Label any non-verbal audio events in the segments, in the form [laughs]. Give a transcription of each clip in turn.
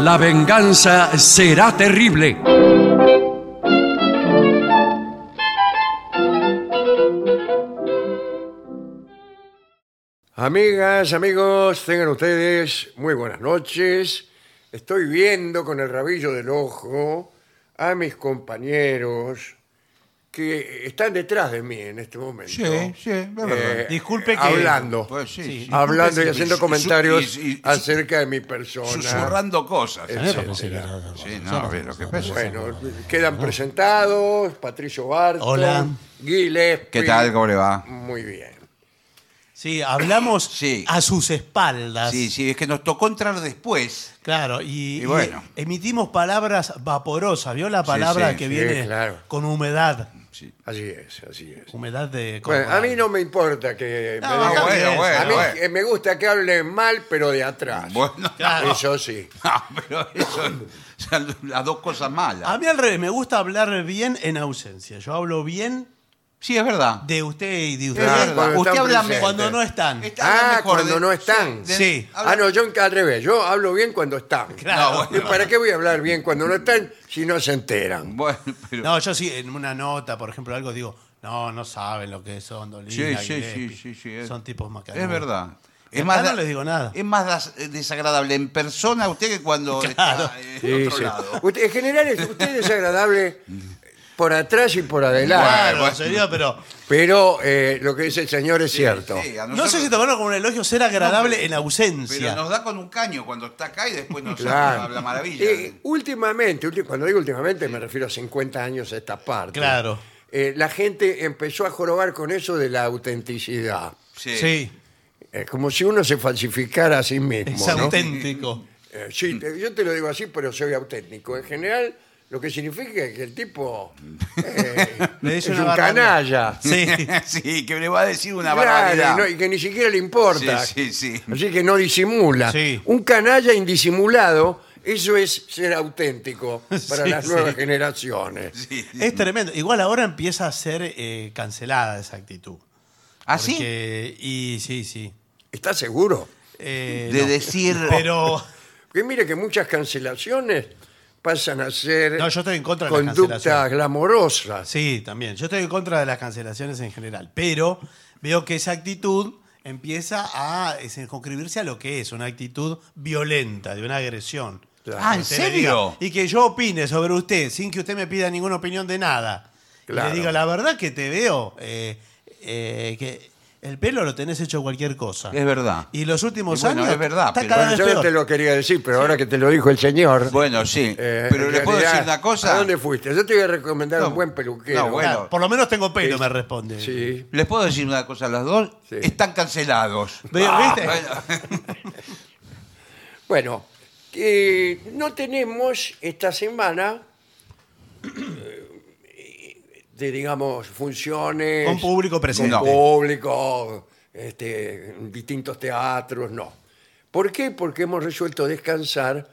La venganza será terrible. Amigas, amigos, tengan ustedes muy buenas noches. Estoy viendo con el rabillo del ojo a mis compañeros que están detrás de mí en este momento. Eh, ¿Eh? Sí, sí, es verdad. Disculpe que- Hablando. Pues sí, sí. Hablando y Disculpe, haciendo su- comentarios y- y- acerca de mi persona. Susurrando cosas. Eh, Sí, sí, no, a ver, lo que pasa es- Bueno, quedan presentados Patricio Barto. Hola. Gillespie. ¿Qué tal? ¿Cómo le va? Muy bien. Sí, hablamos Sí. a sus espaldas. Sí, sí, es que nos tocó entrar después. Claro, y, Y bueno. y emitimos palabras vaporosas. ¿Vio la palabra sí, que sí, viene claro. con humedad? Así es, así es. Humedad de... Bueno, a corporal. mí no me importa que me No, digan- bueno, a mí bueno, bueno. eh, me gusta que hablen mal, pero de atrás. Bueno, Claro. Eso sí. [laughs] no, pero eso son las dos cosas malas. A mí al revés, me gusta hablar bien en ausencia. Yo hablo bien Sí, es verdad. de usted y de usted. Claro, cuando Usted están habla presentes. Cuando no están. Está- habla Ah, mejor cuando de- no están. de- Sí. habla- Ah, no, yo al revés. Yo hablo bien cuando están. Claro. No, ¿Y bueno. para qué voy a hablar bien cuando no están si no se enteran? Bueno, pero- No, yo sí, en una nota, por ejemplo, algo digo, no, no saben lo que son Dolina, Sí, sí, Gillespie. sí, sí, sí, es- Son tipos macanudos. Es verdad. Acá no da- les digo nada. Es más das- eh, desagradable en persona usted que cuando está eh, en otro lado. Usted- en general, es- usted es agradable por atrás y por adelante. Claro, Claro, bueno. sería, pero Pero eh, lo que dice el señor es cierto. Sí, a no sé nosotros- si tomarlo como un elogio ser agradable en Pero ausencia. nos da con un caño cuando está acá y después nos Claro. Eh, habla maravilla. Y últimamente, ulti- cuando digo últimamente, me refiero a 50 años a esta parte. Claro. Eh, la gente empezó a jorobar con eso de la autenticidad. Sí. Sí, Eh, como si uno se falsificara a sí mismo. es ¿no? auténtico. Eh, sí, te- yo te lo digo así, pero soy auténtico. En general, lo que significa que el [laughs] tipo eh, Le es dice un una barbaridad. canalla. Sí. [laughs] [laughs] Sí, que le va a decir una Claro, barbaridad. y no- y que ni siquiera le importa. Sí, sí, sí. Así que no disimula. Sí. Un canalla indisimulado, eso es ser [laughs] auténtico para Sí, las nuevas sí. generaciones. Sí. Es tremendo. Igual ahora empieza a ser eh, cancelada esa actitud. ¿Ah, sí? Porque- Y sí, sí. ¿Estás seguro? Eh, De no. decir. Pero Porque mire que muchas cancelaciones pasan a ser No, yo estoy en contra de las conductas cancelaciones. glamorosas. sí, también. Yo estoy en contra de las cancelaciones en general, pero veo que esa actitud empieza a circunscribirse a lo que es una actitud violenta, de una agresión. Claro. Ah, ¿en Usted me serio? diga, y que yo opine sobre usted sin que usted me pida ninguna opinión de nada. Y Claro. le diga, la verdad que te veo eh, eh, que el pelo lo tenés hecho cualquier cosa. Es verdad. Y los últimos Y bueno, años es verdad, está pero- cada Bueno, vez yo no peor. te lo quería decir, pero ahora que te lo dijo el señor. Bueno, sí. eh, pero en le puedo realidad, decir una cosa. ¿A dónde fuiste? Yo te voy a recomendar No, un buen peluquero. no, bueno. Ah, Por lo menos tengo pelo, me responde. Sí. Les puedo decir una cosa a los dos. Sí. Están [laughs] cancelados. Ah, Ve- ¿viste? bueno. [laughs] Bueno, que no tenemos esta semana, eh, de, digamos, funciones. Con público presente. Con público, este, en distintos teatros, no. ¿Por qué? Porque hemos resuelto descansar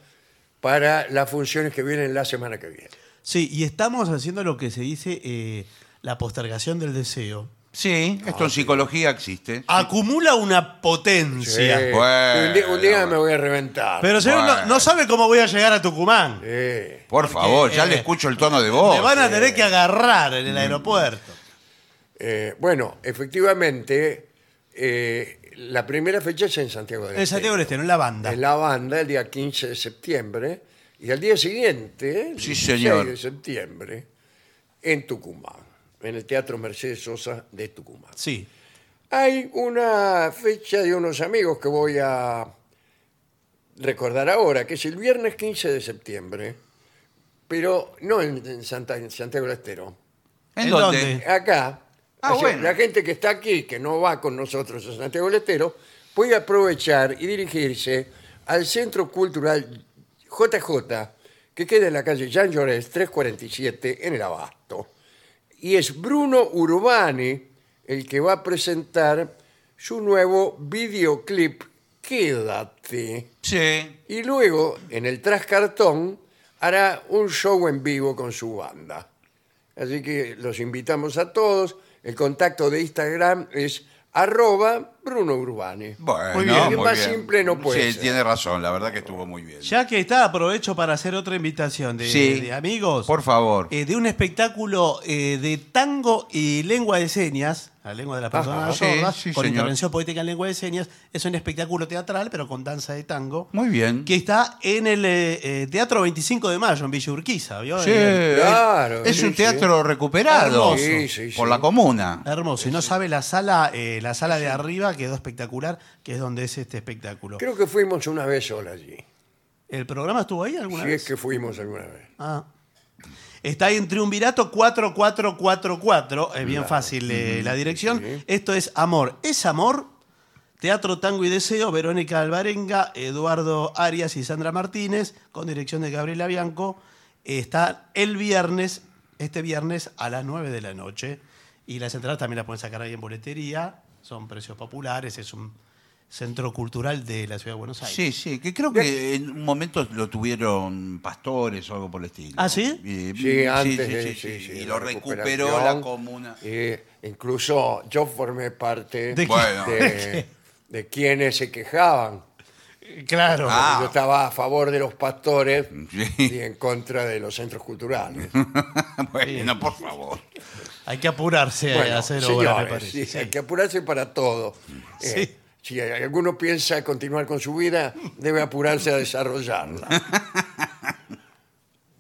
para las funciones que vienen la semana que viene. Sí, y estamos haciendo lo que se dice eh, la postergación del deseo. Sí, esto Ah. en psicología existe. Ah, Acumula una potencia. Eh, bueno. un día, un día me voy a reventar. ah, Pero señor, no- Bueno. no, sabe cómo voy a llegar a Tucumán. Eh. Por favor, ya eh, le escucho el tono de voz. Me van a tener que agarrar en Mm. el aeropuerto. Eh, bueno, efectivamente, eh, la primera fecha es en Santiago del En Santiago del Este, no en la banda. En la banda, el día 15 de septiembre. Y al día siguiente, el Sí, señor. de septiembre, en Tucumán, en el Teatro Mercedes Sosa de Tucumán. Sí. Hay una fecha de unos amigos que voy a recordar ahora, que es el viernes 15 de septiembre, pero no en, en Santa- en Santiago del Estero, ¿En ¿En dónde? dónde? acá, Ah, así, bueno. la gente que está aquí, que no va con nosotros a Santiago del Estero, puede aprovechar y dirigirse al Centro Cultural JJ, que queda en la calle Jean Llorens 347, en el Abasto. Y es Bruno Urbani el que va a presentar su nuevo videoclip Quédate. Sí. Y luego, en el trascartón, hará un show en vivo con su banda. Así que los invitamos a todos. El contacto de Instagram es arroba Bruno Urbani. Bueno, Muy bien. muy Más bien. simple no puede Sí, ser. tiene razón, la verdad que estuvo muy bien. Ya que está, aprovecho para hacer otra invitación de, Sí. de amigos. Por favor. Eh, de un espectáculo eh, de tango y lengua de señas, la lengua de las personas Ah, sí, sordas, sí, con señor. intervención poética en lengua de señas. Es un espectáculo teatral, pero con danza de tango, Muy bien. que está en el eh, eh, Teatro 25 de Mayo, en Villa Urquiza. ¿vio? Sí, Eh, es- Claro, es sí, un sí. teatro recuperado Hermoso. Sí, sí, sí. por la comuna. hermoso. Y no sabe la sala, eh, la sala de arriba quedó espectacular, que es donde es este espectáculo. Creo que fuimos una vez sola allí. ¿El programa estuvo ahí alguna Si vez? es que fuimos alguna vez. Ah. Está ahí en Triunvirato 4444. Es bien fácil eh, la dirección. Esto es Amor. Es Amor. Teatro Tango y Deseo, Verónica Alvarenga, Eduardo Arias y Sandra Martínez, con dirección de Gabriela Bianco. Está el viernes, este viernes a las 9 de la noche. Y las entradas también las pueden sacar ahí en boletería. Son precios populares, es un centro cultural de la ciudad de Buenos Aires. Sí, sí, que creo que en un momento lo tuvieron pastores o algo por el estilo. ¿Ah, sí? Y- Sí, antes sí, de- sí, sí, sí, Y de lo la recuperó recuperación. la comuna. Eh, incluso yo formé parte ¿De qué? Bueno. de, de quienes se quejaban. Claro. Ah. Yo estaba a favor de los pastores Sí. [laughs] [laughs] y en contra de los centros culturales. bueno, por favor. Hay que apurarse Bueno, a Eh, hacer señores, obra, me parece. sí, Sí. hay que apurarse para todo. Eh, Sí. si alguno piensa continuar con su vida, debe apurarse a [laughs] desarrollarla.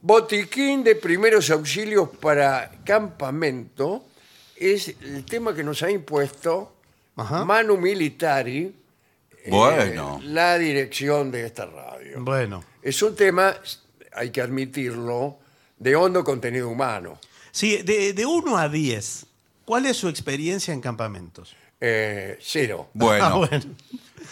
Botiquín de primeros auxilios para campamento es el tema que nos ha impuesto Ajá. Manu Militari, eh, Bueno. la dirección de esta radio. Bueno. Es un tema, hay que admitirlo, de hondo contenido humano. Sí, de, de 1 a 10, ¿cuál es su experiencia en campamentos? Eh, cero. Bueno, Ah, bueno.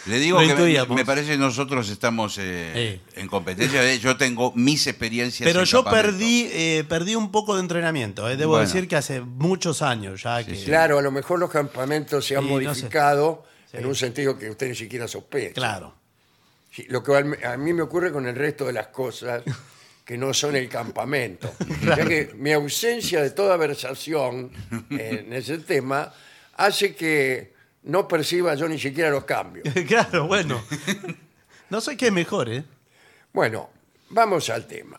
le digo lo que me- me, intuíamos. parece que nosotros estamos eh, Eh. en competencia. Eh, Yo tengo mis experiencias. Pero en yo campamento. perdí, eh, perdí un poco de entrenamiento. eh. Debo Bueno. decir que hace muchos años ya que... Claro, a lo mejor los campamentos se han Sí, no sé. modificado en Sí. un sentido que usted ni siquiera sospecha. Claro. [laughs] Sí, Lo que al- a mí me ocurre con el resto de las cosas [laughs] que no son el campamento. Ya que mi ausencia de toda versación eh, en ese tema hace que no perciba yo ni siquiera los cambios. claro, bueno. [laughs] No sé qué es mejor, ¿eh? Bueno, vamos al tema.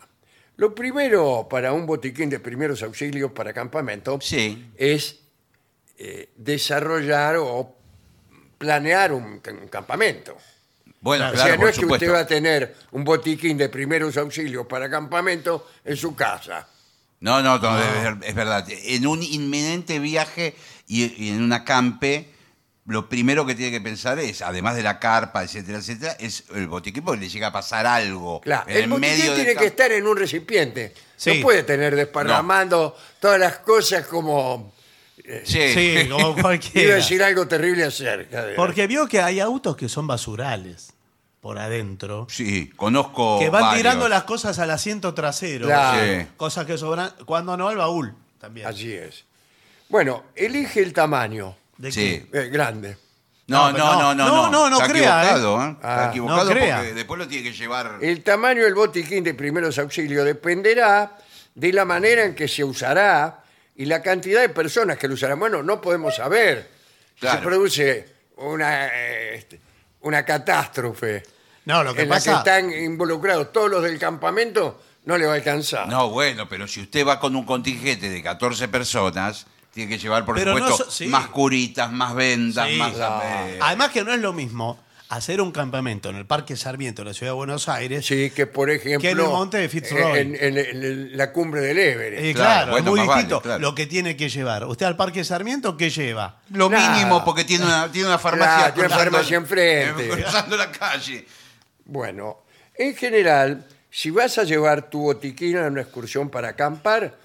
Lo primero para un botiquín de primeros auxilios para campamento Sí. es eh, desarrollar o planear un, ca- un campamento. Bueno, o claro, sea, no por es que supuesto. usted va a tener un botiquín de primeros auxilios para campamento en su casa. No, no, Ah. no, es- es verdad. En un inminente viaje y, y en un acampe, lo primero que tiene que pensar es, además de la carpa, etcétera, etcétera, es el botiquín porque le llega a pasar algo. Claro, en el botiquín medio del tiene que campo. estar en un recipiente. Sí. No puede tener desparramando todas las cosas como Sí, Sí, como iba a cualquiera. decir algo terrible acerca de Porque vio que hay autos que son basurales por adentro. [laughs] Sí, conozco. Que van varios. tirando las cosas al asiento trasero. Claro. Sí. Cosas que sobran. Cuando no, al baúl también. Así es. Bueno, elige el tamaño ¿De Sí. eh, grande. No, No, no, no, no. no, no, no Está crea, equivocado, ¿eh? Ah, Está no equivocado crea. porque después lo tiene que llevar. El tamaño del botiquín de primeros auxilios dependerá de la manera en que se usará y la cantidad de personas que lo usarán. Bueno, no podemos saber. Claro. Se produce una, eh, este, una catástrofe No, lo que en la que pasa. están involucrados todos los del campamento, no le va a alcanzar. No, bueno, pero si usted va con un contingente de 14 personas, tiene que llevar, por Pero no supuesto, so- sí. más curitas, más vendas, Sí. más. Ah. eh, Además que no es lo mismo hacer un campamento en el Parque Sarmiento de la Ciudad de Buenos Aires. Sí, que por ejemplo. eh, Que en el monte de Fitzroy. En, en- en- en la cumbre del Everest. Eh, claro, claro, bueno, es muy más vale, distinto claro. lo que tiene que llevar. Usted al Parque Sarmiento, ¿qué lleva? Lo Nada. mínimo, porque tiene una, tiene una farmacia. Claro, tiene una cruzando- farmacia enfrente. eh, [laughs] Cruzando la calle. Bueno, en general, si vas a llevar tu botiquín a una excursión para acampar,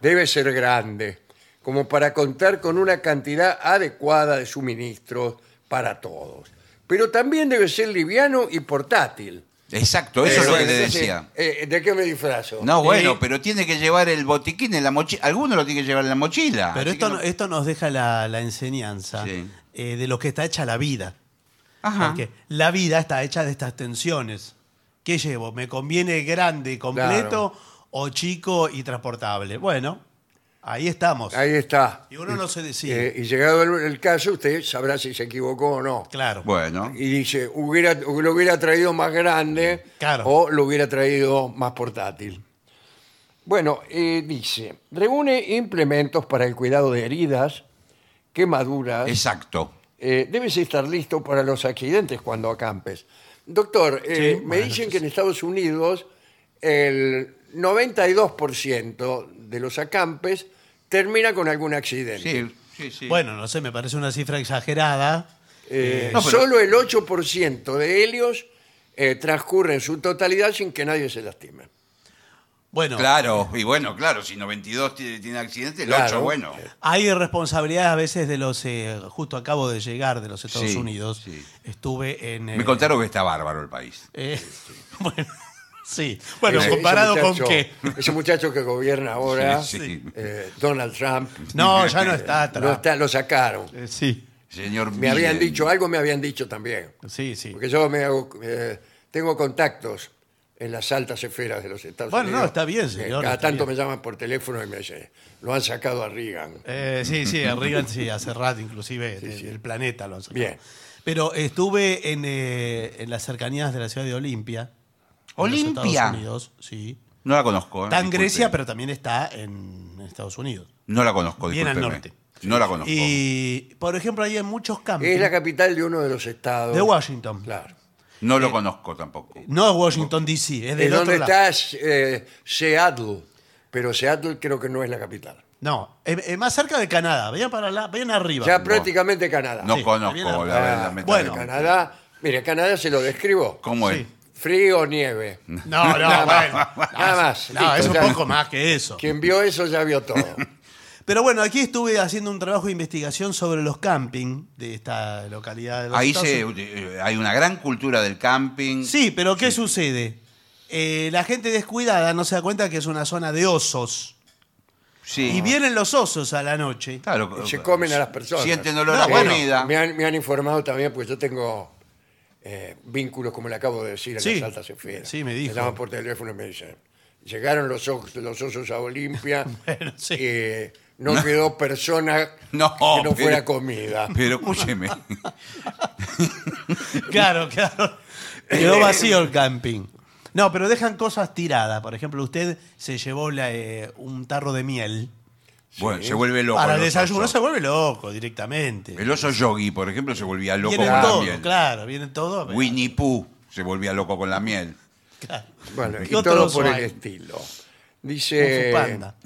debe ser grande, como para contar con una cantidad adecuada de suministros para todos. Pero también debe ser liviano y portátil. Exacto, eso es lo Eh, que le entonces, decía. eh, ¿De qué me disfrazo? No, bueno, Sí. pero tiene que llevar el botiquín en la mochila. Alguno lo tiene que llevar en la mochila. Pero así esto, que no- esto nos deja la, la enseñanza Sí. eh, de lo que está hecha la vida. Ajá. Porque la vida está hecha de estas tensiones. ¿Qué llevo? ¿Me conviene grande y completo o chico y transportable? Bueno, Ahí estamos. Ahí está. Y uno no se decide. Eh, y llegado el, el caso, usted sabrá si se equivocó o no. claro. eh, Bueno, Y dice, hubiera, lo hubiera traído más grande Claro. o lo hubiera traído más portátil. Bueno, eh, dice, reúne implementos para el cuidado de heridas, quemaduras. exacto. Eh, debes estar listo para los accidentes cuando acampes. Doctor, eh, me bueno, dicen que en Estados Unidos el 92% de los acampes termina con algún accidente. Sí, sí, sí. Bueno, no sé, me parece una cifra exagerada. Eh, No, pero- Solo el 8% de helios eh, transcurre en su totalidad sin que nadie se lastime. Bueno, Claro, y bueno, claro, si 92 tiene, tiene accidente, el Claro. Eh. 8, bueno. hay responsabilidad a veces de los. eh, justo acabo de llegar de los Estados Sí, Unidos. sí. Estuve en. eh, Me contaron que está bárbaro el país. eh, [laughs] bueno, sí. Bueno, Ese- ese comparado muchacho- con qué. Ese muchacho que gobierna ahora, Sí, sí. eh, Donald Trump, No, ya no está atrás. lo, está- lo sacaron. Eh, sí, Señor Me habían Biden. dicho algo, me habían dicho también. sí, sí. Porque yo me hago, eh, tengo contactos en las altas esferas de los Estados Bueno, no, Unidos. está bien, Eh, señor, Cada está tanto bien. me llaman por teléfono y me dicen, lo han sacado a Reagan. Eh, sí, sí, a Reagan sí, a Serrat inclusive, de- del planeta lo han sacado. Bien. Pero estuve en, eh, en las cercanías de la ciudad de Olimpia. en los ¿Olimpia? Estados Unidos, sí. No la conozco. eh, Está en disculpe. Grecia, pero también está en Estados Unidos. No la conozco, Bien al discúlpeme. norte. No la conozco. Y, por ejemplo, hay en muchos campings. Es la capital de uno de los estados. De Washington. Claro. No lo conozco tampoco. eh, No es Washington, D.C., ¿De es del dónde otro lado. está eh, Seattle? Pero Seattle creo que no es la capital. No, es, es más cerca de Canadá. Vayan para la, vayan arriba. Ya prácticamente Canadá. No Sí, bien al conozco, la norte. Ah, verdad. me está bueno. bien. Canadá, mire, Canadá se lo describo. ¿Cómo Sí. es? Frío, nieve. [laughs] No, no, bueno. Nada más. No, es Listo, un ya. poco más que eso. Quien vio eso ya vio [laughs] todo. Pero bueno, aquí estuve haciendo un trabajo de investigación sobre los camping de esta localidad. De los Ahí Estados se, Unidos. eh, hay una gran cultura del camping. Sí, pero ¿qué sucede? Eh, la gente descuidada no se da cuenta que es una zona de osos. Sí. Y vienen los osos a la noche. Claro, Se comen a las personas. Sienten olor No, a bueno, comida. Me han, me han informado también, pues yo tengo eh, vínculos, como le acabo de decir, en Sí. las altas esferas. Sí, me dijo. Me llaman por teléfono y me dicen, llegaron los, os- los osos a Olimpia Bueno, sí. eh, no, quedó persona No, que no pero- fuera comida. Pero escúcheme. [laughs] Claro, claro. Quedó vacío el camping. No, pero dejan cosas tiradas. Por ejemplo, usted se llevó la, eh, un tarro de miel Bueno, se vuelve loco. para el los desayuno. osos. Se vuelve loco directamente. El oso yogi, por ejemplo, se volvía loco Viene con Claro. la todo, miel. claro, viene todo. pero- Winnie Pooh se volvía loco con la miel. claro. Bueno, y ¿Qué otro todo oso por el hay? estilo. Con Dice, su panda.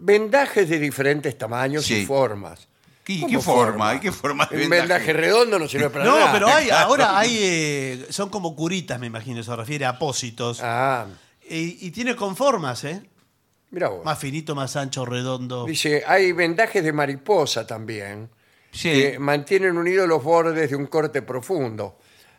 vendajes de diferentes tamaños y Sí. formas. ¿Qué- ¿Cómo qué forma? ¿Y qué forma de Un vendaje? vendaje redondo no sirve para No, nada. pero [laughs] hay, ahora hay. eh, son como curitas, me imagino, se refiere a apósitos. Ah, Y, y tiene conformas, ¿eh? mira vos. Más finito, más ancho, redondo. Dice, hay vendajes de mariposa también. Sí. que mantienen unidos los bordes de un corte profundo.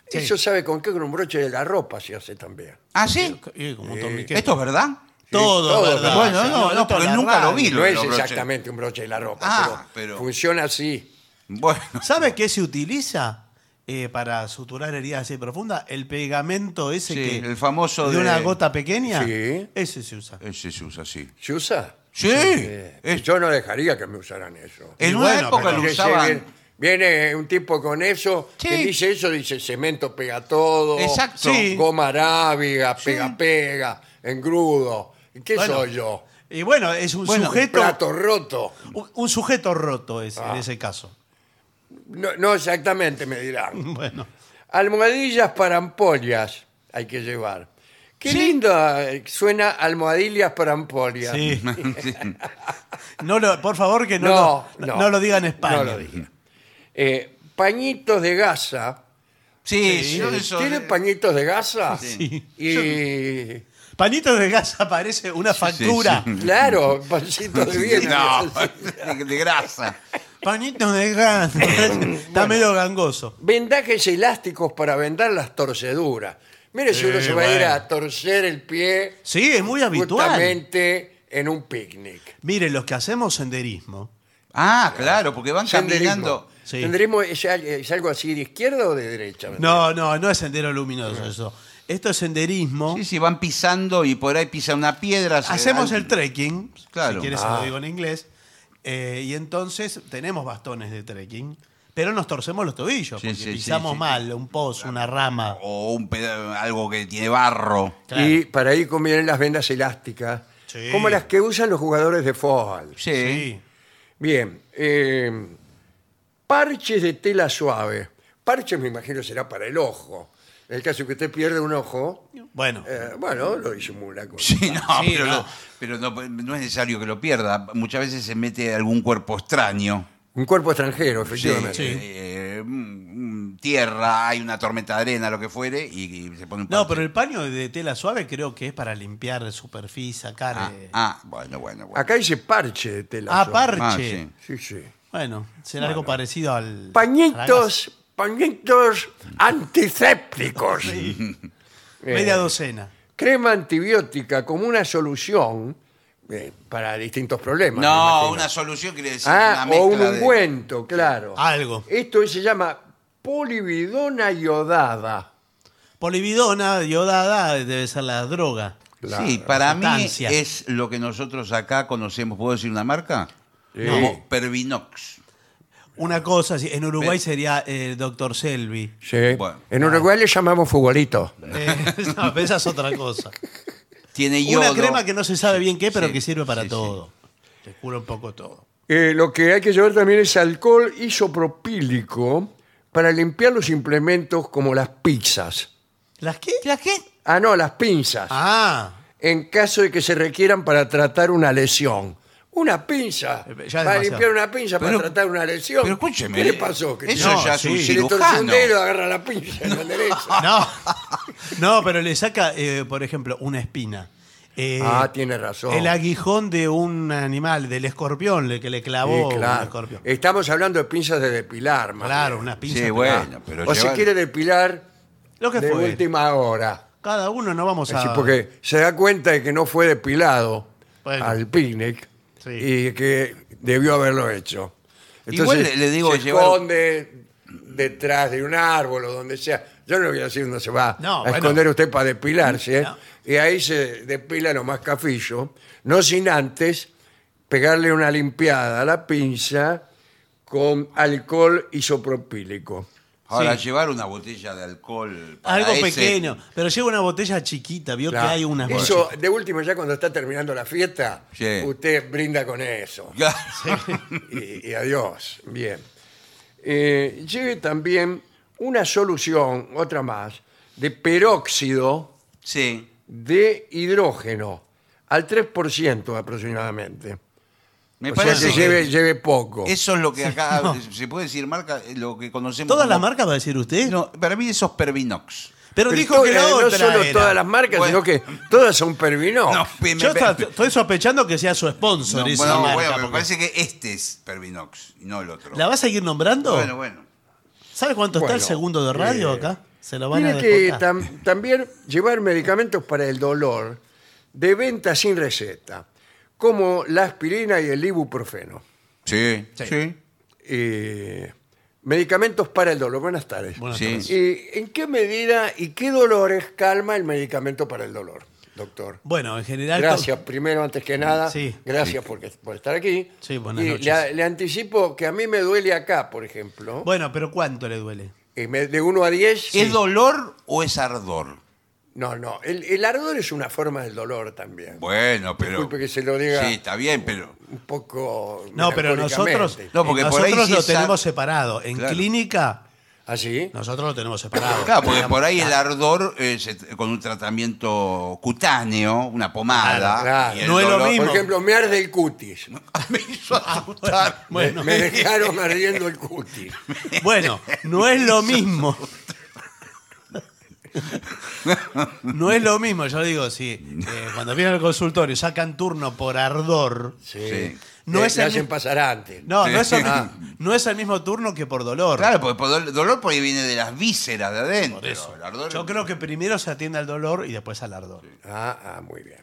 Sí. Eso sabe con qué, con un broche de la ropa se hace también. ¿Ah, sí? Y como un torniquete. ¿Esto es verdad? todo, todo, ¿verdad? bueno, Señor, no, no, esto es porque la nunca lo radio. vi. no de es los broches. exactamente un broche de la ropa, Ah, pero, pero- funciona así. Bueno, ¿Sabe qué se utiliza eh, para suturar heridas así profundas? El pegamento Sí, ese que. el famoso de de- una gota pequeña. Sí. Ese se usa. ese se usa así. ¿Se usa? Sí. Eh, es- Yo no dejaría que me usaran eso. en Y una bueno, época pero- lo Porque se usaban. viene, viene un tipo con eso, Sí. que dice eso, dice cemento pega todo, Exacto. Sí. goma arábiga, pega pega, engrudo. ¿Y ¿Qué Bueno, soy yo? Y bueno, es un Bueno, Un sujeto. plato roto. Un, un sujeto roto es Ah. en ese caso. [laughs] No, no exactamente, me dirán. Bueno. Almohadillas para ampollas hay que llevar. Qué Sí. lindo eh, suena almohadillas para ampollas. Sí. [laughs] No lo- por favor que no, No, lo, no. no lo diga en España. No lo diga. Eh, pañitos de gasa. Sí, Sí. yo eso- ¿Tienen pañitos de gasa? Sí. Y Panitos de gas aparece una factura. sí. claro, pañitos de viena. [laughs] No, Ah, de, de grasa. Panitos [laughs] de gas. Está medio gangoso. Vendajes elásticos para vendar las torceduras. Mire si Sí, uno se va a ir bueno. a torcer el pie Sí, es muy habitual. justamente en un picnic. Miren, los que hacemos senderismo. Ah, claro, porque van Senderismo. caminando. Sí. ¿Tendremos es, al- es algo así de izquierda o de derecha? No, no, no es sendero luminoso eso. Esto es senderismo. Sí, sí, van pisando y por ahí pisa una piedra. se- Hacemos al- el trekking, Claro. si quieres Ah. se lo digo en inglés, eh, y entonces tenemos bastones de trekking, pero nos torcemos los tobillos, Sí, porque sí, sí, pisamos sí. mal un pozo, una rama. O un peda- algo que tiene barro. Claro. Y para ahí convienen las vendas elásticas, Sí. como las que usan los jugadores de fútbol. Sí. Sí. Bien, eh, parches de tela suave. Parches me imagino será para el ojo. En el caso que usted pierde un ojo, Bueno, eh, bueno, lo disimula con... Sí, [laughs] no, Sí, pero, no. no- pero no, no es necesario que lo pierda. Muchas veces se mete algún cuerpo extraño. Un cuerpo extranjero, Sí, efectivamente. Sí. eh, mm, mm, tierra, hay una tormenta de arena, lo que fuere, y, y se pone un no, parche. pero el paño de tela suave creo que es para limpiar superficie, sacar... Ah, eh, ah, bueno, bueno, bueno. Acá dice parche de tela Ah, suave. Ah, parche. Sí, sí. sí. Bueno, será algo parecido al... a la gasa. Pañitos, pañitos antisépticos. Eh, Media docena. crema antibiótica como una solución eh, para distintos problemas. No, me imagino. una solución quiere decir Ah, una o un mezcla de- ungüento, claro. Algo. Esto se llama polividona iodada. Polividona, diodada, debe ser la droga. Sí, Claro. para sustancia. mí es lo que nosotros acá conocemos. ¿Puedo decir una marca? Sí. Como Pervinox. Una cosa, así, en Uruguay sería el doctor Selvi. Sí. Bueno. en Uruguay le llamamos futbolito. Eh, [laughs] no, pero esa es otra [laughs] cosa. Tiene yodo. Una crema que no se sabe bien qué, pero sí, que sirve para sí, todo. Te cura un poco todo. Eh, lo que hay que llevar también es alcohol isopropílico para limpiar los implementos como las pizzas. ¿Las qué? ¿Las qué? Ah, no, las pinzas. Ah, en caso de que se requieran para tratar una lesión. Una pinza. Eh, ya es Para demasiado. limpiar una pinza Pero- para tratar una lesión. pero escúcheme, ¿Qué le pasó? Que eso tiene- ya es un Se le torció un cirujano. dedo, agarra la pinza [laughs] en la derecha. no. [laughs] no, pero le saca, eh, por ejemplo, una espina. Eh, Ah, tiene razón. El aguijón de un animal, del escorpión, le- que le Sí, clavó claro. un oh, escorpión. Estamos hablando de pinzas de depilar. más Claro, bien. una pinza. Sí, bueno, pero o si llevar- quiere depilar Lo que de fue. última hora. Cada uno no vamos Es a. decir, Eh, porque se da cuenta de que no fue depilado Bueno. al picnic Sí. y que debió haberlo hecho. Igual le- le digo se llevar- esconde detrás de un árbol o donde sea. Yo no voy a decir dónde se va No, a bueno. esconder usted para depilarse. ¿eh? No. Y ahí se depila lo más cafillo, no sin antes pegarle una limpiada a la pinza con alcohol isopropílico. Ahora, Sí. llevar una botella de alcohol. para Algo ese- pequeño. Pero lleva una botella chiquita, vio Claro. que hay unas Eso, de último, ya cuando está terminando la fiesta, Sí. usted brinda con eso. [laughs] y, y adiós. Bien. Eh, lleve también una solución, otra más, de peróxido Sí. de hidrógeno, al 3% aproximadamente. Me o sea parece que que lleve, lleve poco. eso es lo que acá se puede decir marca, eh, lo que conocemos. ¿Todas las como- marcas va a decir usted? No, para mí eso es Pervinox. Pero, Pero dijo to- que la eh, no otra solo era. todas las marcas, Bueno. sino que todas son pervino. me- me- Yo hasta- estoy sospechando que sea su sponsor No, esa bueno, marca. bueno, me porque- parece que este es Pervinox y no el otro. ¿La va a seguir nombrando? Bueno, bueno. ¿Sabe cuánto está Bueno, el segundo de radio eh, acá? Se lo van a Tiene que descontar. tam- también llevar medicamentos para el dolor de venta sin receta, como la aspirina y el ibuprofeno. Sí, sí. Eh, medicamentos para el dolor. Buenas tardes. Buenas Sí. tardes. Eh, ¿En qué medida y qué dolores calma el medicamento para el dolor, doctor? Bueno, en general. Gracias, primero, antes que nada. Sí. Gracias porque- por estar aquí. Sí, buenas Y noches. Le, le anticipo que a mí me duele acá, por ejemplo. Bueno, pero ¿cuánto le duele? Eh, me- de 1 a 10. ¿Es dolor o es ardor? No, no. El, el ardor es una forma del dolor también. Bueno, pero. Disculpe que se lo diga. Sí, está bien, pero. Un poco. No, pero melancólicamente. nosotros, eh, No, porque por ahí nosotros sí lo es- tenemos separado. En Claro. clínica, ¿Ah, sí? nosotros lo tenemos separado. Claro, porque por ahí ah. el ardor eh, se- con un tratamiento cutáneo, una pomada. Claro, Ah, claro. y el No es lo dolor- mismo. Por ejemplo, me arde el cutis. [laughs] Me hizo asustar. Bueno, Me dejaron ardiendo el [laughs] cutis. bueno, no es lo mismo. No es lo mismo, yo digo, sí. eh, cuando vienen al consultorio, sacan turno por ardor. Sí. Sí. No Le- es le el hacen mi- pasar antes. No, no es, el, Ah. no es el mismo turno que por dolor. Claro, porque por dol- dolor por ahí viene de las vísceras de adentro. Por eso. El ardor- Yo creo que primero se atiende al dolor y después al ardor. Ah, ah, muy bien.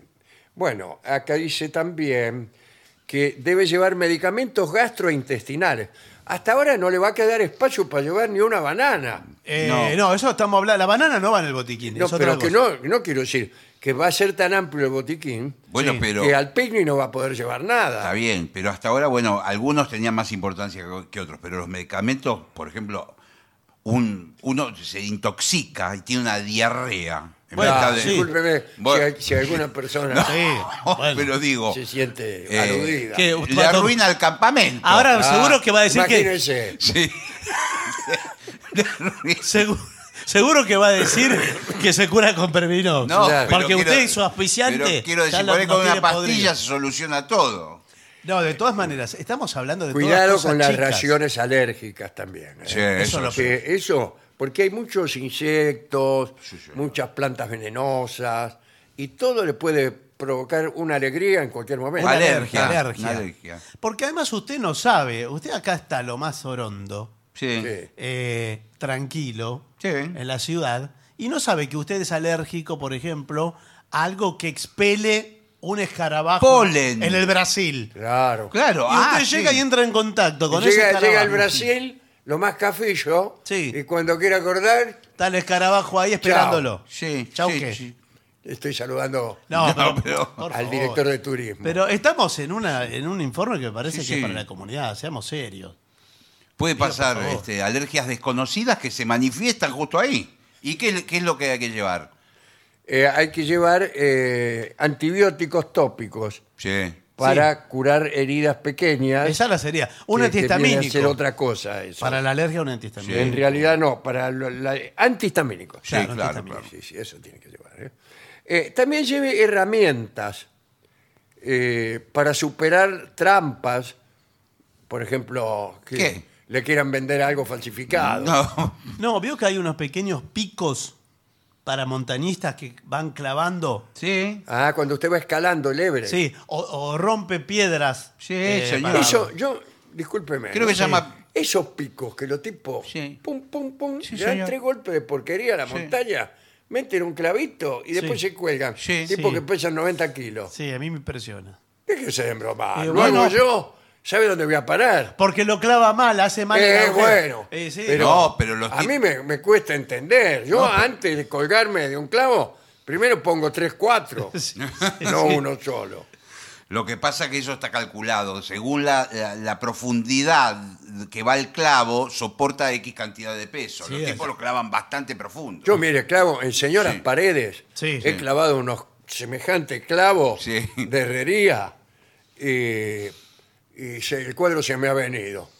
Bueno, acá dice también que debe llevar medicamentos gastrointestinales. Hasta ahora no le va a quedar espacio para llevar ni una banana. Eh, No. no. eso estamos hablando. La banana no va en el botiquín. No, es otra pero que cosa. no, no quiero decir que va a ser tan amplio el botiquín Bueno, Sí. pero. que al picnic no va a poder llevar nada. Está bien, pero hasta ahora, bueno, algunos tenían más importancia que- que otros, pero los medicamentos, por ejemplo, un, uno se intoxica y tiene una diarrea. En Bueno, vez de- sí. Discúlpeme si Bueno. a- si, alguna persona [laughs] Sí, [laughs] bueno. Oh, Pero digo, se siente Eh, aludida. ¿qué? le arruina el campamento. Ahora Ah, seguro que va a decir que. imagínese. Sí. Le [laughs] arruina- [laughs] Segu- Seguro que va a decir que se cura con Pervinox. No, Claro. pero porque quiero- usted y su auspiciante. Pero quiero ya decir, lo- poner nos con una tiene pastilla podrido. se soluciona todo. No, de todas maneras, estamos hablando de todas Cuidado cosas con las chicas. raciones alérgicas también. ¿eh? Sí, eso lo- Sí, eso, porque hay muchos insectos, señor. muchas plantas venenosas, y todo le puede provocar una alegría en cualquier momento. Una Alergia, alergia. una alergia. Porque además usted no sabe. Usted acá está lo más orondo, Sí. Sí. eh, tranquilo, Sí. en la ciudad. Y no sabe que usted es alérgico, por ejemplo, a algo que expele un escarabajo Polen. en el Brasil. Claro. Claro. Y usted ah, llega sí. y entra en contacto con ese Llega, escarabajo. llega al Brasil, lo más cafillo, Sí. y cuando quiera acordar, Está el escarabajo ahí esperándolo. Sí, Chau, sí, ¿qué? sí. estoy saludando No, No, pero, pero- por al favor. director de turismo. Pero estamos en, una, en un informe que me parece Sí, sí. que es para la comunidad, seamos serios. Puede por pasar favor. este, alergias desconocidas que se manifiestan justo ahí. ¿Y qué, qué es lo que hay que llevar? Eh, hay que llevar eh, antibióticos tópicos Sí. para curar heridas pequeñas. Esa la sería. Un Ah, que- que viene a ser antihistamínico. otra cosa eso. Para la alergia, un antihistamínico. En realidad no, para lo- la- antihistamínicos. Sí, Claro, claro, antihistamínico. claro. Sí, sí, eso tiene que llevar. ¿eh? Eh, también lleve herramientas eh, para superar trampas, por ejemplo, que ¿Qué? le quieran vender algo falsificado. No, [laughs] No, vio que hay unos pequeños picos para montañistas que van clavando. sí. Ah, cuando usted va escalando el Everest. Sí, o, o rompe piedras. eh, Sí, señor. para- Eso, yo, discúlpeme. Creo que ¿no? se llama. Esos picos que los tipos Sí. pum, pum, pum, Sí, le dan señor. tres golpes de porquería a la montaña, meten un clavito y después Sí. se cuelgan. Sí. Tipos Sí. que pesan 90 kilos. Sí, a mí me impresiona. Déjese de embromar. Eh, Luego bueno. yo, ¿sabe dónde voy a parar? Porque lo clava mal, hace mal. el Eh, agujero. bueno. Eh, sí. Pero No, pero los a ti- mí me, me cuesta entender. Yo antes de colgarme de un clavo, primero pongo tres, cuatro, [laughs] Sí, no uno solo. Lo que pasa es que eso está calculado. Según la, la- la profundidad que va el clavo, soporta X cantidad de peso. Sí, Los es. tipos lo clavan bastante profundo. Yo, mire, clavo, en señoras Sí. paredes Ah. Sí, he sí. clavado unos semejantes clavos Sí. de herrería y, y se- el cuadro se me ha venido.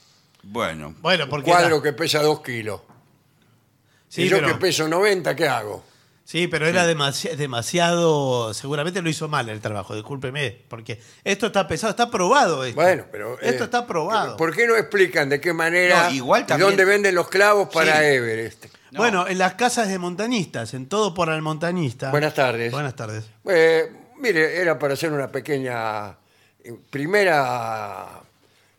Bueno. Bueno, Un porque. cuadro era- que pesa dos kilos. sí, y yo pero- que peso 90, ¿qué hago? Sí, pero era demasi- demasiado. Seguramente lo hizo mal el trabajo, discúlpeme. Porque esto está pesado, está probado esto. Bueno, pero... Este, Esto eh, está probado. ¿Por qué no explican de qué manera No, igual y también- dónde venden los clavos para Sí. Everest? No. Bueno, en las casas de montañistas, en todo por el montañista. Buenas tardes. Buenas tardes. Eh, mire, era para hacer una pequeña eh, primera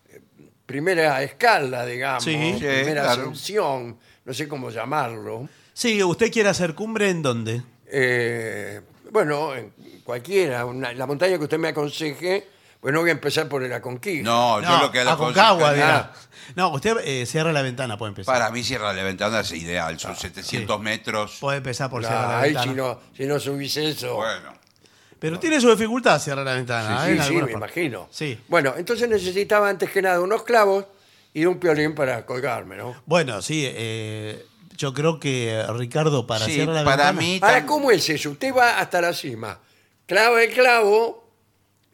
eh, primera escala, digamos, Sí, sí, primera claro. ascensión, no sé cómo llamarlo. Sí, ¿usted quiere hacer cumbre en dónde? Eh, bueno, en cualquiera, una- la montaña que usted me aconseje, pues no voy a empezar por la conquista. No, yo lo que la Aconcagua, aconsejo- dirá. No, usted eh, cierra la ventana, puede empezar. Para mí cierra la ventana es ideal. Ah, Son 700 metros. Puede empezar por Ah, cerrar la ahí ventana. si no, si no subís eso. Bueno. Pero tiene su dificultad cerrar la ventana. ¿eh? sí, En sí, algunas me partes. imagino. Sí. Bueno, entonces necesitaba antes que nada unos clavos y un piolín para colgarme, ¿no? Bueno, sí, eh, yo creo que eh, Ricardo, para Sí, cerrar la para ventana. mí Ahora, tam- ¿cómo es eso? Usted va hasta la cima, clava el clavo,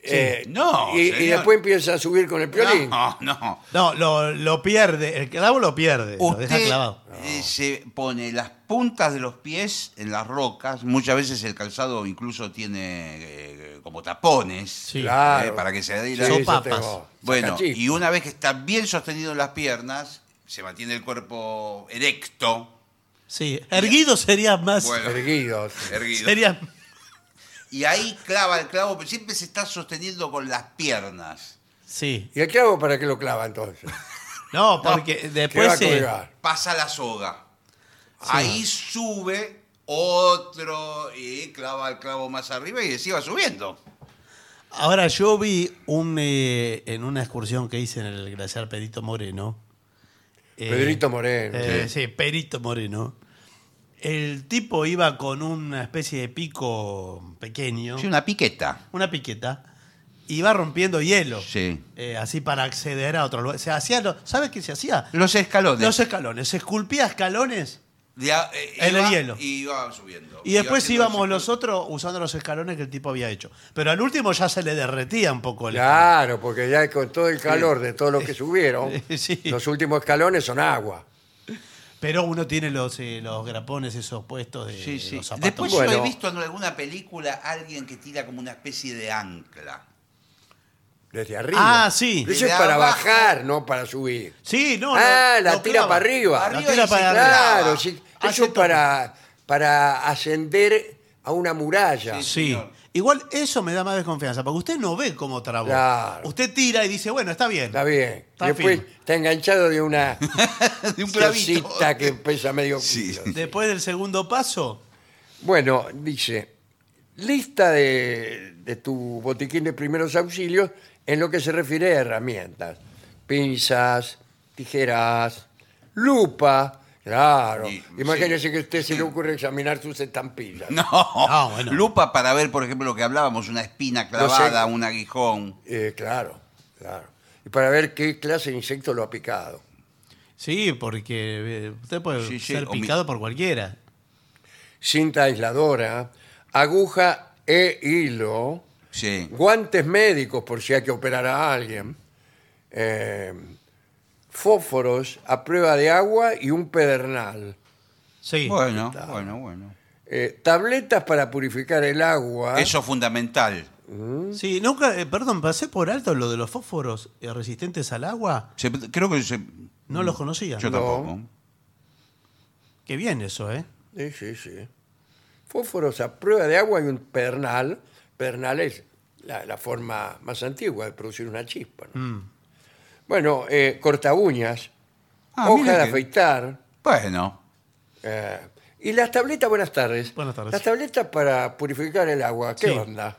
eh, No, y, y señor. después empieza a subir con el piolín. No, no. No, lo, lo pierde. El clavo lo pierde. Lo deja Usted clavado. eh, se pone las puntas de los pies en las rocas. Muchas veces el calzado incluso tiene eh, como tapones. Sí. eh, Claro. para que se adhiera. Son yo papas. tengo Bueno, sacachis. y una vez que está bien sostenido en las piernas, se mantiene el cuerpo erecto, Sí. Erguido sería más. Bueno. Erguidos. erguido. Sería. Y ahí clava el clavo, pero siempre se está sosteniendo con las piernas. Sí. ¿Y el clavo para qué lo clava [laughs] entonces? No, porque ¿Qué va a después. eh, colgar? Pasa la soga. Ahí sube otro y clava el clavo más arriba y así va subiendo. ahora yo vi un eh, en una excursión que hice en el glaciar Perito Moreno eh, Pedrito Moreno. eh, sí, Perito Moreno. El tipo iba con una especie de pico pequeño, Sí, una piqueta. una piqueta, y iba rompiendo hielo. Sí. eh, así para acceder a otro lugar. Se hacía lo- ¿Sabes qué se hacía? Los escalones. Los escalones. Se esculpía escalones De a- eh, En el iba hielo. Y iba subiendo. y después haciendo íbamos los nosotros usando los escalones que el tipo había hecho. Pero al último ya se le derretía un poco el Claro, porque ya con todo el calor de todo lo [laughs] que subieron, Sí. los últimos escalones son agua. Pero uno tiene los, eh, los grapones esos puestos de Sí, sí. los zapatos. Después Bueno. yo he visto en alguna película alguien que tira como una especie de ancla. Desde arriba. Ah, sí. Eso es Desde para abajo. bajar, no para subir. sí, no. ah, no, la no tira clava. para arriba. La Arriba tira y se para arriba. clava. Claro, sí. Ah, Hace Eso es todo. para, para ascender a una muralla. Sí. Sí. señor. Igual eso me da más desconfianza, porque usted no ve cómo trabó. Claro. Usted tira y dice, bueno, está bien. Está bien. Está Después firme. está enganchado de una De [laughs] un clavito. cosita que pesa medio Sí. kilo. Después del segundo paso, Bueno, dice, lista de, de tu botiquín de primeros auxilios en lo que se refiere a herramientas. Pinzas, tijeras, lupa. Claro. Sí, Imagínese sí, que a usted se le ocurre examinar sus estampillas. [laughs] No. No, Ah, bueno. Lupa para ver, por ejemplo, lo que hablábamos, una espina clavada, sé. un aguijón. Eh, claro, claro. Y para ver qué clase de insecto lo ha picado. sí, porque eh, usted puede Sí, sí, ser o mi- picado por cualquiera. Cinta aisladora, aguja e hilo. Sí. guantes médicos por si hay que operar a alguien, eh, fósforos a prueba de agua y un pedernal, Sí. Bueno, bueno, bueno. eh, tabletas para purificar el agua. Eso es fundamental. Sí, nunca, eh, perdón, pasé por alto lo de los fósforos eh, resistentes al agua. Se- creo que se- No los conocía. Mm, yo No. tampoco. Qué bien eso, ¿eh? Sí, sí, sí. Fósforos a prueba de agua y un pedernal. Pedernal es la, la forma más antigua de producir una chispa. ¿no? Mm. Bueno, eh, corta uñas, Ah, hoja mira de que- afeitar. Bueno, eh, y las tabletas, buenas tardes. Buenas tardes. Las tabletas para purificar el agua, ¿qué Sí. onda?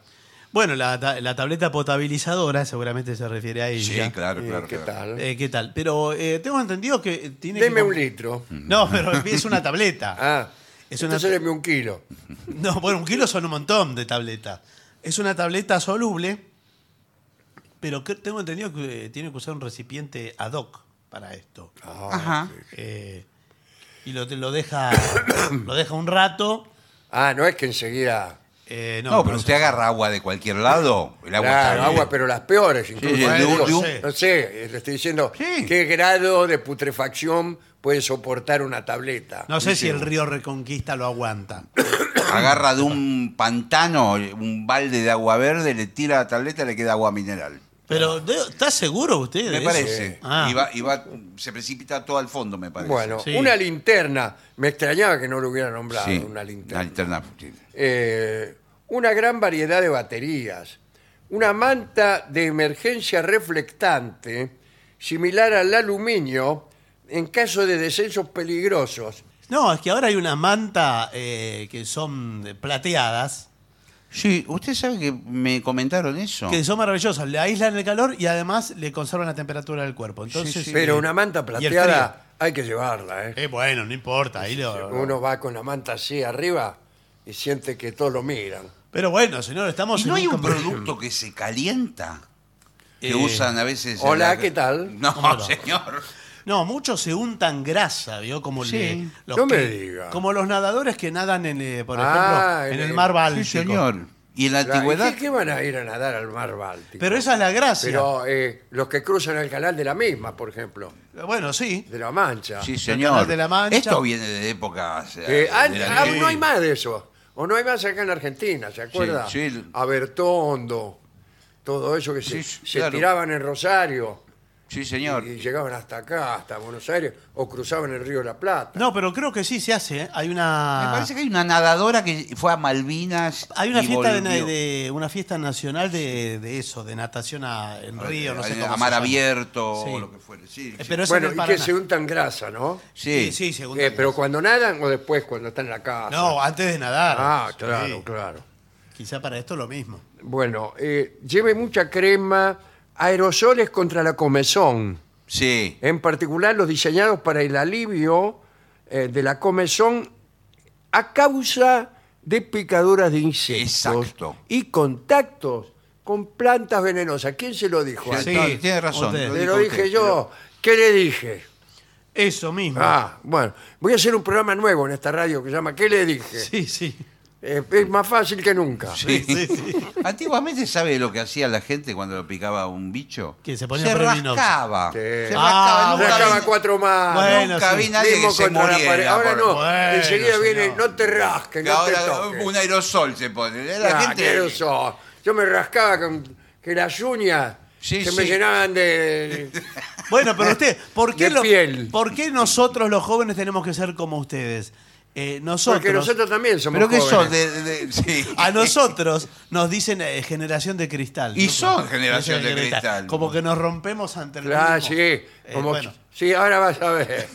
Bueno, la, ta- la tableta potabilizadora seguramente se refiere a sí, ella. claro, Eh, claro. ¿Qué claro. tal? Eh, ¿Qué tal? Pero eh, tengo entendido que tiene Deme que... un litro. No, pero es una tableta. [laughs] Ah, Es una- entonces deme un kilo. No, bueno, un kilo son un montón de tabletas. Es una tableta soluble, pero que- tengo entendido que eh, tiene que usar un recipiente ad hoc para esto. Ajá. Eh, y lo, [coughs] lo deja lo deja un rato. Ah, no es que enseguida. eh, no, No, pero usted agarra agua de cualquier lado. El agua Claro, está bien. agua, pero las peores. incluso. sí, de un- Digo, de un- No sé, eh, le estoy diciendo Sí. qué grado de putrefacción puede soportar una tableta. No sé si el río Reconquista lo aguanta. Agarra de un pantano un balde de agua verde, le tira la tableta y le queda agua mineral. Pero, de- ¿está seguro usted? de Me eso? parece. Ah. Y, va, y va- se precipita todo al fondo, me parece. Bueno, Sí. una linterna. Me extrañaba que no lo hubiera nombrado, Sí, una Una linterna. linterna, sí. Eh, una gran variedad de baterías. Una manta de emergencia reflectante, similar al aluminio, en caso de descensos peligrosos. No, es que ahora hay una manta eh, que son eh, plateadas, Sí, usted sabe que me comentaron eso. que son maravillosas. Le aíslan el calor y además le conservan la temperatura del cuerpo. Entonces, Sí, eh, sí. Pero una manta y el plateada hay que llevarla, ¿eh? frío. Eh, bueno, no importa. ahí lo- Uno va con la manta así arriba y siente que todos lo miran. Pero bueno, señor, estamos ¿Y no en hay [laughs] un conver- producto que se calienta? Que Eh, usan a veces... hola, en ¿qué tal? No, ¿Cómo no? señor. No, muchos se untan grasa, ¿vio? Como Sí. le- No me que- diga. Como los nadadores que nadan, en, eh, por Ah, ejemplo, en en el el- mar Sí, Báltico. señor. Y en la Claro, ¿y antigüedad... ¿Qué, qué van a ir a nadar al mar Báltico? Pero esa es la gracia. Pero, eh, los que cruzan el canal de la misma, por ejemplo, Bueno, sí. de la Mancha. Sí, Canal señor. de la Mancha. Esto viene de épocas... eh, Eh, ah, de ah, la- no hay más de eso. O no hay más acá en Argentina, ¿se acuerda? Sí, sí. A Bertondo, todo eso que se, Sí, sí, se claro. tiraban en Rosario Sí, señor. y llegaban hasta acá, hasta Buenos Aires, o cruzaban el río de la Plata. No, pero creo que sí se hace. ¿eh? Hay una. Me parece que hay una nadadora que fue a Malvinas. Hay una y fiesta, de, volvió. de- una fiesta nacional de, de eso, de natación a- en río, no sé cómo. A se mar llama. abierto Sí. o lo que fuere. Sí, Eh, sí. Pero es bueno, en el y que Paraná. se untan grasa, ¿no? Sí, Sí. sí, según Eh, también. pero cuando nadan o después, cuando están en la casa. No, antes de nadar. Ah, Sí. claro, claro. Quizá para esto lo mismo. Bueno, eh, lleve mucha crema, aerosoles contra la comezón. Sí. en particular los diseñados para el alivio eh, de la comezón a causa de picaduras de insectos Exacto. y contactos con plantas venenosas. ¿Quién se lo dijo? Sí, antes? Sí, tiene razón. usted. le dijo lo usted, dije yo. ¿Qué le dije? Eso mismo. Ah, bueno, voy a hacer un programa nuevo en esta radio que se llama ¿Qué le dije? Sí, sí. Eh, es más fácil que nunca. Sí. Sí, sí. [laughs] Antiguamente, ¿sabe lo que hacía la gente cuando lo picaba un bicho? Que se ponía Previnox. rascaba. Sí. Se rascaba. Ah, Nunca, Sacaba vi, cuatro más. Bueno, nunca sí. vi nadie que Mismo se contra la pared. muriera. Ahora por- no, Bueno, enseguida señor. viene, no te rasques, Que no te ahora toques. un aerosol se pone. La Ah, gente- qué groso. Yo me rascaba con que las uñas Sí, se sí. me llenaban [laughs] de... Bueno, pero usted, ¿por qué, Eh, De lo- piel. ¿por qué nosotros los jóvenes tenemos que ser como ustedes? Eh, nosotros, Porque nosotros también somos Pero que son jóvenes. de, de- de- sí. a nosotros nos dicen eh, generación de cristal. Y ¿no? son generación de cristal. Como que nos rompemos ante el Ah, mismo. sí. Eh, como- bueno, Sí, ahora vas a [laughs] ver.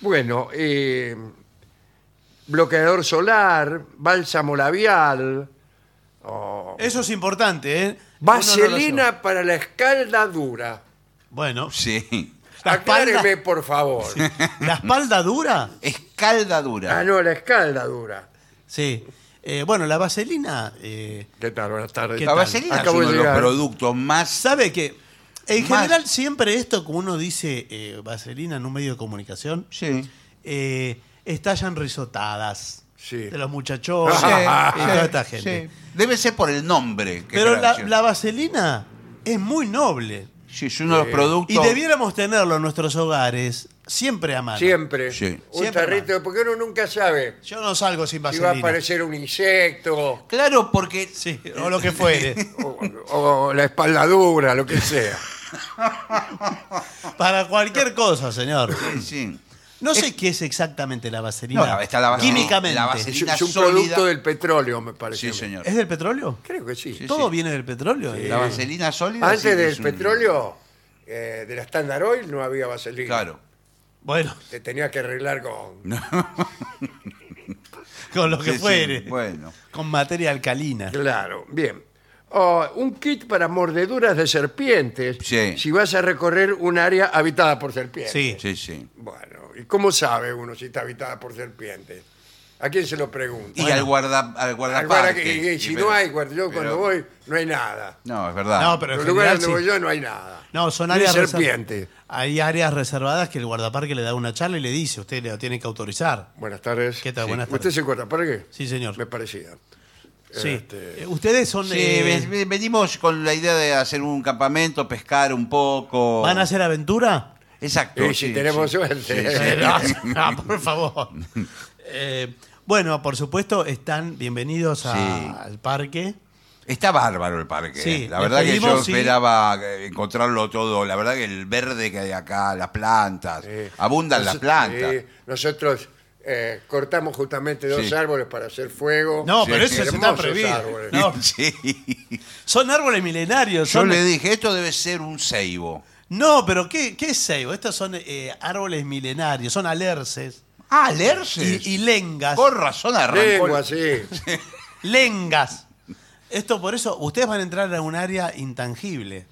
bueno, eh, bloqueador solar, bálsamo labial, eso es importante, ¿eh? Uno no lo lleva. oh. vaselina para la escaldadura. bueno, Sí. La Acláreme, espalda. por favor. [laughs] ¿la espalda dura? Ah, Escaldadura. no, la escaldadura. Sí. Eh, bueno, la vaselina. eh, ¿Qué tal? Buenas tardes. ¿Qué La tal? vaselina es Acabo uno de de los llegar. productos más. ¿Sabe que En Más. general, siempre esto, como uno dice eh, vaselina en un medio de comunicación, Sí. eh, estallan risotadas Sí. de los muchachos [laughs] Sí, y toda sí, esta gente. sí. Debe ser por el nombre. que Pero la, generación. la vaselina es muy noble Sí, es uno de los productos. y debiéramos tenerlo en nuestros hogares siempre a mano. Siempre. Sí. Un Siempre tarrito, porque uno nunca sabe Yo no salgo sin si va vaselina. a aparecer un insecto Claro, porque Sí, o lo [laughs] que fuere. o, o la espaldadura, lo que [laughs] sea. Para cualquier cosa, señor. Sí, sí. No sé qué es exactamente la vaselina. No, está la vaselina- Químicamente. la Es, vaselina- Una es un sólida- producto del petróleo, me parece. a Sí, mí. señor. ¿Es del petróleo? Creo que sí. Sí, ¿Todo viene del petróleo? La vaselina sólida. Eh, Antes sí, del es un- petróleo, eh, de la Standard Oil, no había vaselina. Claro. Bueno, [laughs] Te tenías que arreglar con... con lo Sí, que sí, fuere. Bueno. Con materia alcalina. Claro, bien. Oh, un kit para mordeduras de serpientes Sí. si vas a recorrer un área habitada por serpientes. Sí. Sí, sí. Bueno, ¿y cómo sabe uno si está habitada por serpientes? ¿A quién se lo pregunta? Y al guarda al Al guarda- guardaparque. y- y si Y no pero- hay, guarda- yo cuando pero- voy no hay nada. No, es verdad. No, pero En en los lugares general donde voy sí. yo no hay nada. No, son Ni áreas reserv- serpientes. Hay áreas reservadas que el guardaparque le da una charla y le dice, usted le tiene que autorizar. Buenas tardes. ¿Qué tal? Buenas ¿Usted tardes. se encuentra? ¿Para qué? Sí, señor. Me parecía. Sí. Este- Eh, Ustedes son Sí, eh, ven- ven- venimos con la idea de hacer un campamento, pescar un poco. van a hacer aventura. [laughs] Exacto. Y si tenemos sí. suerte. Eh, no, no, por favor. Eh, bueno, por supuesto están bienvenidos a- Sí. al parque. [laughs] Está bárbaro el parque. Sí, eh. la le verdad que yo pedimos, sí. esperaba eh, encontrarlo todo. La verdad que el verde que hay acá, las plantas, Eh, abundan las noso- plantas. eh, nosotros eh, cortamos justamente dos Sí. árboles para hacer fuego. No, pero eso está Hermosos prohibido. árboles. No. [laughs] Sí. Son árboles milenarios. Yo son- le dije, esto debe ser un ceibo. No, pero ¿qué, qué es ceibo? Estos son eh, árboles milenarios, son alerces Ah, leerse. y, y lengas. Por razón arrancó. Lengua, sí. Lengas. Esto por eso, ustedes van a entrar a un área intangible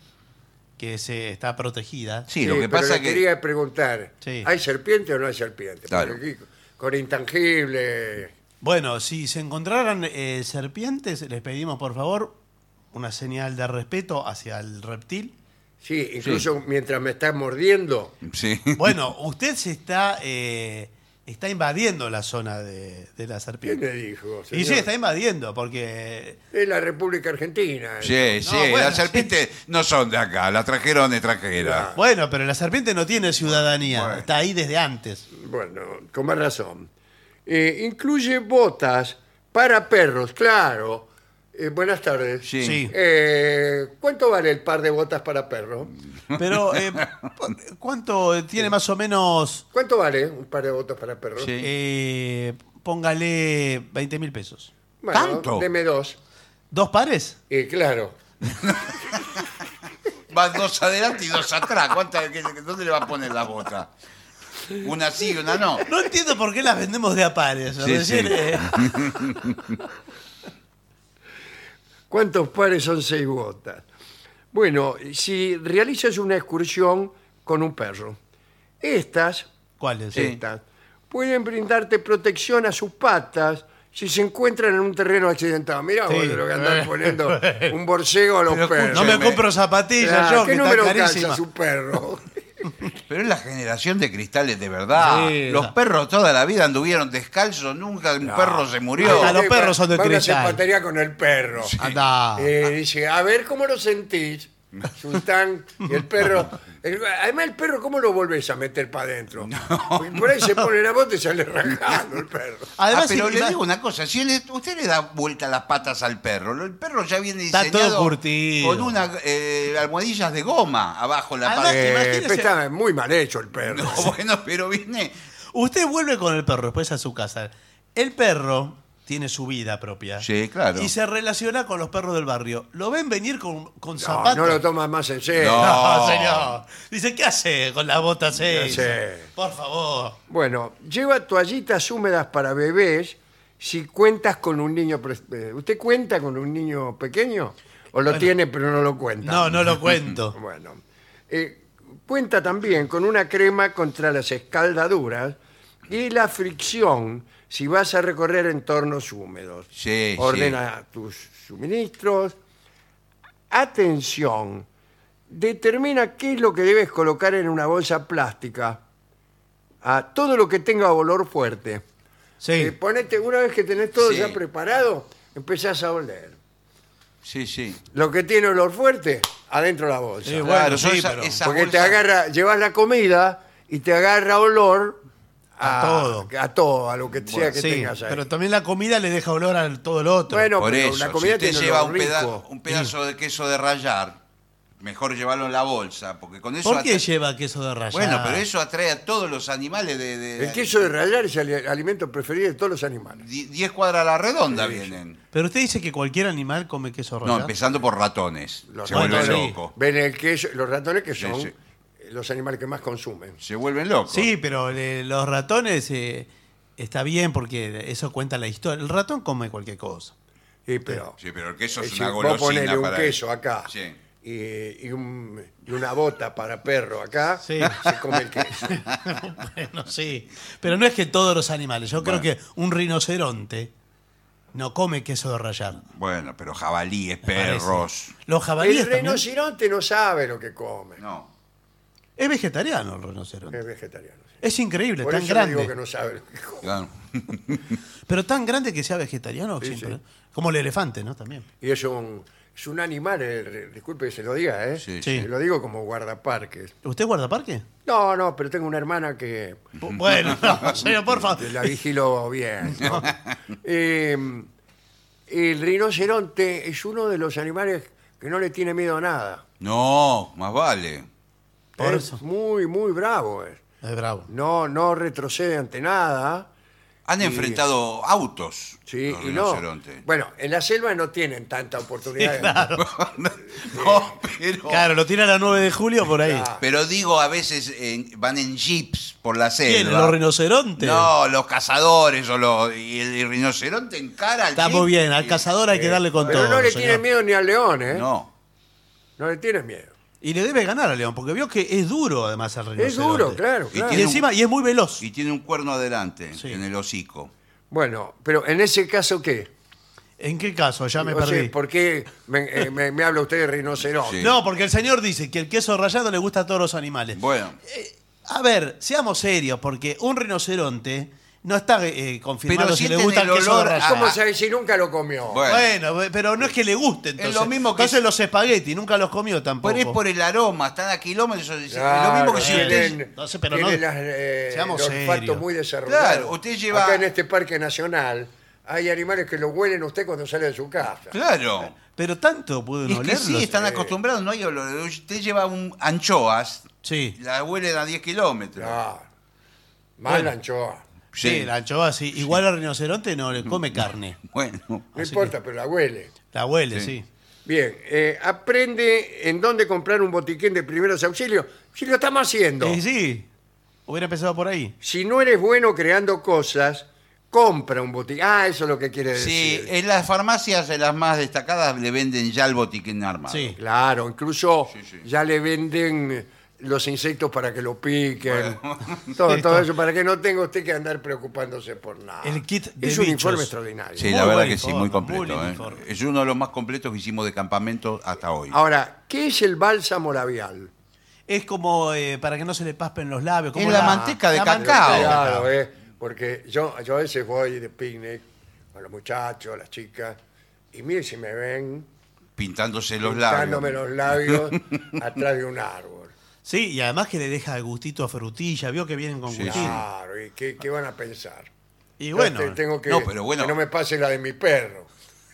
que se está protegida. Sí, lo Sí, que pero pasa le que. quería preguntar, Sí. ¿hay serpiente o no hay serpiente? Claro. Porque aquí con intangible... Bueno, si se encontraran eh, serpientes, les pedimos por favor una señal de respeto hacia [laughs] el reptil. Sí, incluso mientras me está mordiendo. Sí. [laughs] Bueno, usted se está, eh, está invadiendo la zona de, de la ¿Quién serpiente. le dijo? Y señor? sí, está invadiendo, porque Es la República Argentina. [laughs] Sí, No, sí, bueno, las serpientes no son de acá, las trajeron de Ah, trajera. Bueno, pero la serpiente no tiene ciudadanía, Bueno. está ahí desde antes. Bueno, con más razón. Eh, incluye botas para perros, claro. Eh, buenas tardes. Sí. Sí. Eh, ¿Cuánto vale el par de botas para perro? Pero, eh, ¿cuánto tiene más o menos? ¿Cuánto vale un par de botas para perro? Sí. Eh, póngale 20 mil pesos. Bueno, ¿Tanto? deme dos. ¿Dos pares? Eh, claro. Va dos adelante y dos atrás. ¿Cuántas- qué- ¿Dónde le va a poner la bota? Una sí y una no. No entiendo por qué las vendemos de a pares. Sí, Recién, sí. eh, ¿Cuántos pares son seis botas? Bueno, si realizas una excursión con un perro, estas, ¿Cuál es? Sí. estas pueden brindarte protección a sus patas si se encuentran en un terreno accidentado. Mirá Sí. vos lo que [laughs] andás poniendo un borcego a los Pero perros. No me Escúcheme. compro zapatillas Ah, yo, que ¿Qué está número carísima. calza su perro? Pero es la generación de cristales de verdad. Sí, los esa. perros toda la vida anduvieron descalzos, nunca un perro [laughs] se murió. Hasta los perros son de Va a una cristal. zapatería con el perro. Andá. Eh, dice, a ver cómo lo sentís, Sultán. Y el perro. el- además, el perro, ¿cómo lo volvés a meter para adentro? Por ahí se pone la bota y sale rajando el perro. Además, Ah, pero si- le digo una cosa, si él- usted le da vuelta las patas al perro, lo- el perro ya viene Está diseñado todo curtido. con unas eh, almohadillas de goma abajo la Además, pata. Eh, imagínese- está muy mal hecho el perro. Ah, No, [laughs] bueno, pero viene usted vuelve con el perro después a su casa. El perro tiene su vida propia. Sí, claro. Y se relaciona con los perros del barrio. Lo ven venir con, con No, zapatos. no lo tomas más en serio. No. No, señor. Dice, ¿qué hace con las botas esas? hace? Por favor. Bueno, lleva toallitas húmedas para bebés si cuentas con un niño. pres- eh, ¿Usted cuenta con un niño pequeño? ¿O lo tiene pero no lo cuenta? No, no lo [laughs] cuento. Bueno, eh, cuenta también con una crema contra las escaldaduras y la fricción si vas a recorrer entornos húmedos. Sí, Ordena tus suministros. Atención, determina qué es lo que debes colocar en una bolsa plástica. A todo lo que tenga olor fuerte. Eh, Sí. ponete, una vez que tenés todo Sí. ya preparado, empezás a oler. sí, sí. Lo que tiene olor fuerte, adentro la bolsa. Sí, bueno, Claro, son sí, esa- pero- esas Porque te bolsas- agarra, llevas la comida y te agarra olor A todo. A todo, a lo que sea que Sí, tengas ahí. pero también la comida le deja olor a todo el otro. bueno, Por pero eso, la comida si tiene usted lleva olor un, peda- rico. un pedazo de queso de rayar, mejor llevarlo en la bolsa, porque con eso... ¿Por qué atra- lleva queso de rayar? Bueno, pero eso atrae a todos los animales de... de- El queso de rayar es el alimento preferido de todos los animales. di- 10 cuadras a la redonda vienen. Pero usted dice que cualquier animal come queso No, rallado. empezando por ratones. Los se vuelven ratones. locos. Ven el queso, los ratones que son sí. eh, los animales que más consumen. Se vuelven locos. Sí, pero le- los ratones eh, está bien porque eso cuenta la historia. El ratón come cualquier cosa. Sí, pero, Sí, pero el queso Eh, es es, decir, una vos golosina ponele un para queso acá Sí. y, y un- y una bota para perro acá, Sí. se come el [laughs] queso. bueno, sí. Pero no es que todos los animales. Yo creo Bueno. que un rinoceronte no come queso de rayar. Bueno, pero jabalíes, Parece. perros. Los jabalíes El también. rinoceronte no sabe lo que come. No. Es vegetariano el rinoceronte. Es vegetariano. sí. Es Eh, increíble, Por tan eso le grande. digo que no sabe lo que come. claro. [laughs] Pero tan grande que sea vegetariano. siempre, ¿no? Como el elefante, ¿no? También. Y es un, es un animal, eh, re- disculpe que se lo diga, ¿eh? Sí, Sí. Se lo digo como guardaparques. ¿Usted guarda parque? No, no, pero tengo una hermana que Bueno, [laughs] no, señor, por favor. que la vigilo bien. [laughs] ¿no? Eh, el rinoceronte es uno de los animales que no le tiene miedo a nada. No, más vale. Por es eso. muy, muy bravo. es. Es bravo. No, no retrocede ante nada. Han enfrentado autos Sí, los y no. rinocerontes. Bueno, en la selva no tienen tanta [laughs] oportunidad. [laughs] No, pero, Claro, lo tira a la 9 de julio por ahí. Claro. pero digo, a veces en- van en jeeps por la selva. ¿Quién? ¿Los rinocerontes? No, los cazadores o los, y el, rinoceronte encara al Está muy jeep bien, al y- cazador hay que darle con Eh, Pero todo. no le señor. tiene miedo ni al león, ¿eh? No. No le tiene miedo. Y le debe ganar al león, porque vio que es duro además el rinoceronte. Es duro, claro, Y claro. Y encima, y es muy veloz. Y tiene un cuerno adelante Sí. en el hocico. Bueno, pero en ese caso, ¿qué? ¿En qué caso? Ya me O sea, perdí. ¿Por qué me, eh, me- me habla usted de rinoceronte? Sí. No, porque el señor dice que el queso rallado le gusta a todos los animales. Bueno. A ver, seamos serios, porque un rinoceronte no está eh, confirmado Pero si le sienten gusta el, el queso olor a- rallado. ¿Cómo Ah. sabe si nunca lo comió? Bueno. Bueno, pero no es que le guste entonces. lo mismo que- Entonces los espaguetis nunca los comió tampoco. Pero es por el aroma, están a kilómetros. es Claro, lo mismo que si sí, usted. tienen, no sé, pero tienen no- las, eh, seamos el olfato serios. muy desarrollado. Claro, usted lleva- Acá en este parque nacional hay animales que lo huelen a usted cuando sale de su casa. Claro. Pero tanto pueden Es que olerlos. sí, están acostumbrados, no hay olor. Usted lleva un anchoas, Sí. la huelen a 10 kilómetros. Claro. Más Bueno. la Ah, anchoa. Sí, la anchoa sí. Igual al rinoceronte no le come carne. Bueno. No importa, pero la huele. La huele, sí. Bien, eh, aprende en dónde comprar un botiquín de primeros auxilios. Si lo estamos haciendo. Eh, sí. Hubiera empezado por ahí. Si no eres bueno creando cosas, compra un botiquín. Ah, eso es lo que quiere Sí, eh, decir. en las farmacias, en las más destacadas, le venden ya el botiquín armado. Sí. Claro, incluso Sí, sí. ya le venden los insectos para que lo piquen. [laughs] Todo, todo eso, para que no tenga usted que andar preocupándose por nada. El kit de Es un bichos. informe extraordinario. Sí, Muy la verdad buen que sí, muy informe, muy completo. lindo ¿eh? informe. Es uno de los más completos que hicimos de campamento hasta hoy. Ah. Ahora, ¿qué es el bálsamo labial? Es como eh, para que no se le paspen los labios. Como Es la manteca de cacao. manteca de Claro. Claro, eh, porque yo, yo a veces voy de picnic con los muchachos, las chicas, y mire si me ven Pintándose los labios. pintándome los [laughs] labios atrás de un árbol. Sí, y además que le deja el gustito a frutilla. Vio que vienen con Sí, gustillo. Claro, ¿y qué, qué van a pensar? Y Yo bueno, te- tengo que, no, pero bueno. que no me pase la de mi perro.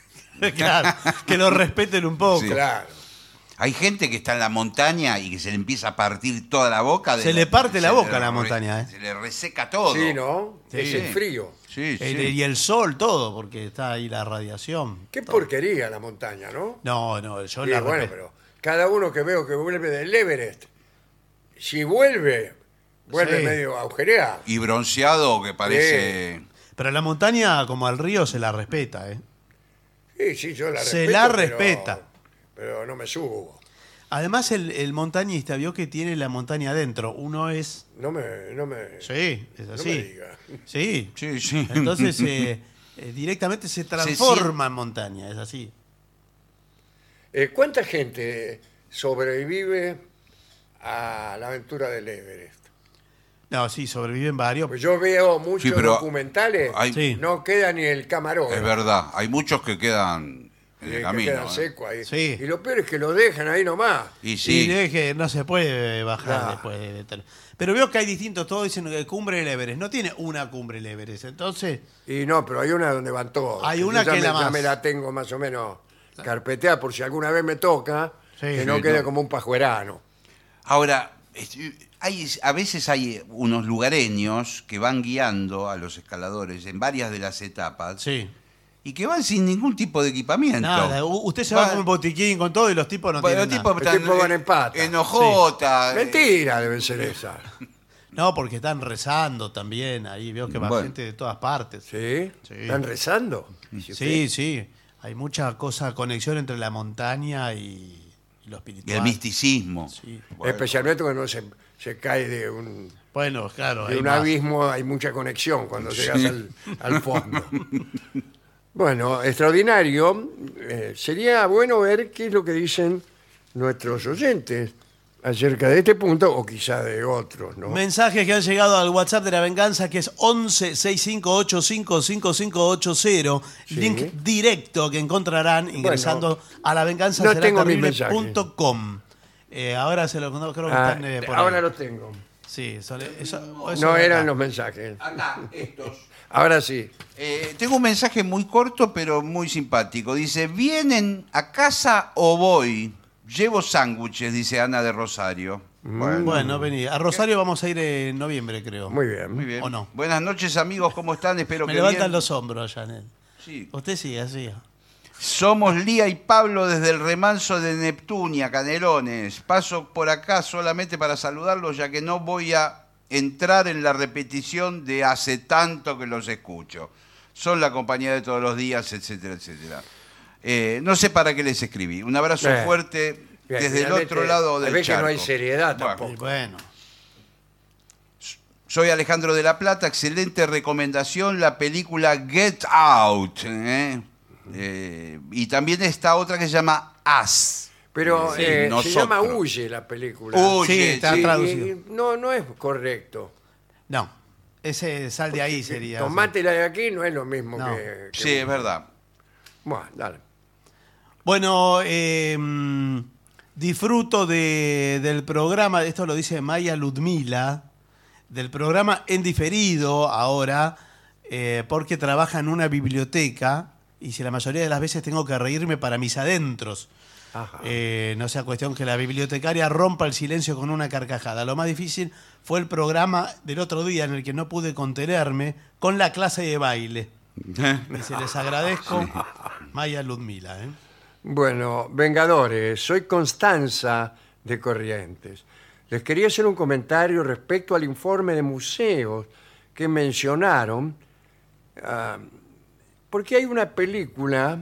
[laughs] claro, que lo respeten un poco. Sí. Claro. Hay gente que está en la montaña y que se le empieza a partir toda la boca. de Se le parte la se boca a la re- montaña, ¿eh? Se le reseca todo. Sí, ¿no? Sí. Es el frío. Sí, sí. El- y el sol, todo, porque está ahí la radiación. Qué porquería la montaña, ¿no? No, no, yo Sí, la bueno, respeto. pero cada uno que veo que vuelve del Everest, si vuelve, vuelve Sí. medio agujereado. Y bronceado que parece. Pero la montaña, como al río, se la respeta, ¿eh? Sí, sí, yo la respeto. Se la pero- respeta. Pero, no me subo. Además, el, el montañista vio que tiene la montaña adentro. Uno es. No me. No me Sí, es no así. me diga. Sí. Sí, sí. [laughs] Entonces, eh, eh, directamente se transforma en montaña, es así. Eh, ¿Cuánta gente sobrevive a la aventura del Everest? No, sí, sobreviven varios. Pues yo veo muchos Sí, pero documentales, hay- Sí. no queda ni el camarón. Es verdad. Hay muchos que quedan en el camino. queda ¿eh? seco ahí. Sí. Y lo peor es que lo dejan ahí nomás. Y Sí. sí. Y es que no se puede bajar Claro. después de tal. Pero veo que hay distintos, todos dicen que cumbre del Everest. No tiene una cumbre del Everest. Entonces, Y no, pero hay una donde van todos. Hay Yo una ya que me, ya la más. me la tengo más o menos carpeteada por si alguna vez me toca, Sí, que sí, no quede no. como un pajuerano. Ahora, este, hay, a veces hay unos lugareños que van guiando a los escaladores en varias de las etapas sí. y que van sin ningún tipo de equipamiento. Nada, u- usted se va, Va- con un botiquín con todo y los tipos no Bueno, tienen tipo, eh, nada. El están tipo van en pata. En ojota. Mentira debe ser esa. No, porque están rezando también ahí. Veo que va Bueno. gente de todas partes. ¿Sí? Sí. ¿Están rezando? Si Sí, usted- sí. Hay mucha cosa, conexión entre la montaña y, y lo Y espiritual. el misticismo. Sí. Bueno, Especialmente cuando se, se cae de un, Bueno, claro. de hay un más. abismo, hay mucha conexión cuando llegas Sí. al, al fondo. bueno, extraordinario. Eh, sería bueno ver qué es lo que dicen nuestros oyentes acerca de este punto o quizá de otros, ¿no? Mensajes que han llegado al WhatsApp de la venganza que es 11 658 5580 Link directo que encontrarán ingresando a no tengo mis lavenganzaserá.com. Eh, ahora se los creo que Ah, están eh, por ahora ahí. lo tengo. Sí, son- eso- o eso No era eran acá. los mensajes. Acá, estos. Ahora sí. Eh, tengo un mensaje muy corto pero muy simpático. Dice, ¿vienen a casa o voy? Llevo sándwiches, dice Ana de Rosario. Bueno, vení. A Rosario vamos a ir en noviembre, creo. Muy bien. Muy bien. ¿O no? Buenas noches amigos, ¿cómo están? Espero Me que levantan bien. los hombros, Janet. Sí. Usted sigue así. Somos Lía y Pablo desde el remanso de Neptunia, Canelones. Paso por acá solamente para saludarlos, ya que no voy a entrar en la repetición de hace tanto que los escucho. Son la compañía de todos los días, etcétera, etcétera. Eh, no sé para qué les escribí. Un abrazo Bien. fuerte Eh, Bien, desde el finalmente, otro lado a del ver que no charco. hay seriedad Bueno, tampoco. Y bueno. soy Alejandro de la Plata, excelente recomendación la película Get Out. ¿eh? Eh, y también está otra que se llama As. Pero Sí, eh, se nosotros. llama Huye la película. Huye, Sí, está sí. traducido. Y- y no, no es correcto. Eh, No. Ese sal de ahí sería. Tomátela de aquí no es lo mismo No. que, que- Sí, es verdad. Bueno, dale. Bueno, eh, mm, disfruto de- del programa, esto lo dice Maya Ludmila, del programa en diferido ahora, eh, porque trabaja en una biblioteca y si la mayoría de las veces tengo que reírme para mis adentros. Ajá. Eh, no sea cuestión que la bibliotecaria rompa el silencio con una carcajada. Lo más difícil fue el programa del otro día en el que no pude contenerme con la clase de baile. Y se les agradezco, Maya Ludmila. ¿eh? Bueno, Vengadores, soy Constanza de Corrientes. Les quería hacer un comentario respecto al informe de museos que mencionaron, eh, ah, porque hay una película.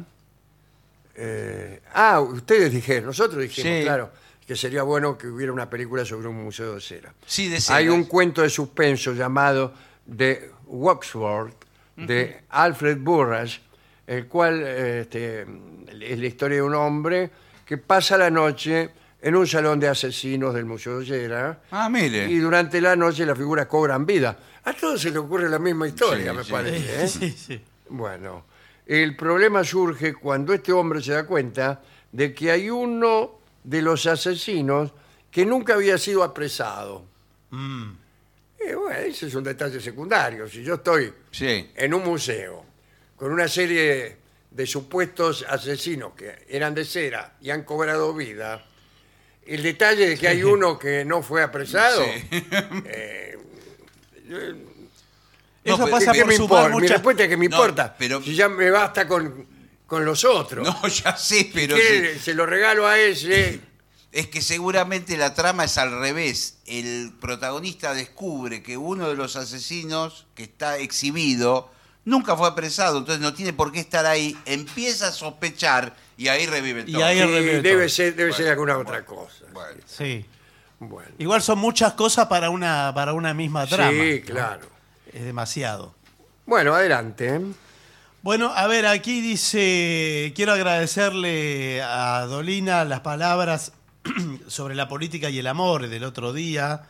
eh, ah, ustedes dijeron, nosotros dijimos, Sí. claro, que sería bueno que hubiera una película sobre un museo de cera. Sí, de Hay ceras. un cuento de suspenso llamado The Waxworth de Alfred Burras, el cual eh, este, es la historia de un hombre que pasa la noche en un salón de asesinos del Museo de Cera Ah, mire. y durante la noche las figuras cobran vida. A todos se le ocurre la misma historia, Sí, me sí. parece. ¿eh? Sí, sí. Bueno, el problema surge cuando este hombre se da cuenta de que hay uno de los asesinos que nunca había sido apresado. Mm. Eh, bueno, ese es un detalle secundario. Si yo estoy Sí. en un museo con una serie de supuestos asesinos que eran de cera y han cobrado vida, el detalle de que hay uno que no fue apresado, No, Eso pero- [laughs] pasa ¿qué pues, por me su importa? bar Mi muchas... respuesta es que me No, importa. pero- Si ya me basta con, con los otros. No, [laughs] ya sé, pero ¿Qué? sí. Se lo regalo a [laughs] ese. es que seguramente la trama es al revés. El protagonista descubre que uno de los asesinos que está exhibido nunca fue apresado, entonces no tiene por qué estar ahí. Empieza a sospechar y ahí revive Y todo. Y ahí- remedio. eh, debe ser, debe ser alguna otra cosa. Bueno. Sí. Bueno. Igual son muchas cosas para una, para una misma trama. Sí, claro. Es demasiado. Bueno, adelante. ¿eh? Bueno, a ver, aquí dice, quiero agradecerle a Dolina las palabras [clears throat] sobre la política y el amor del otro día.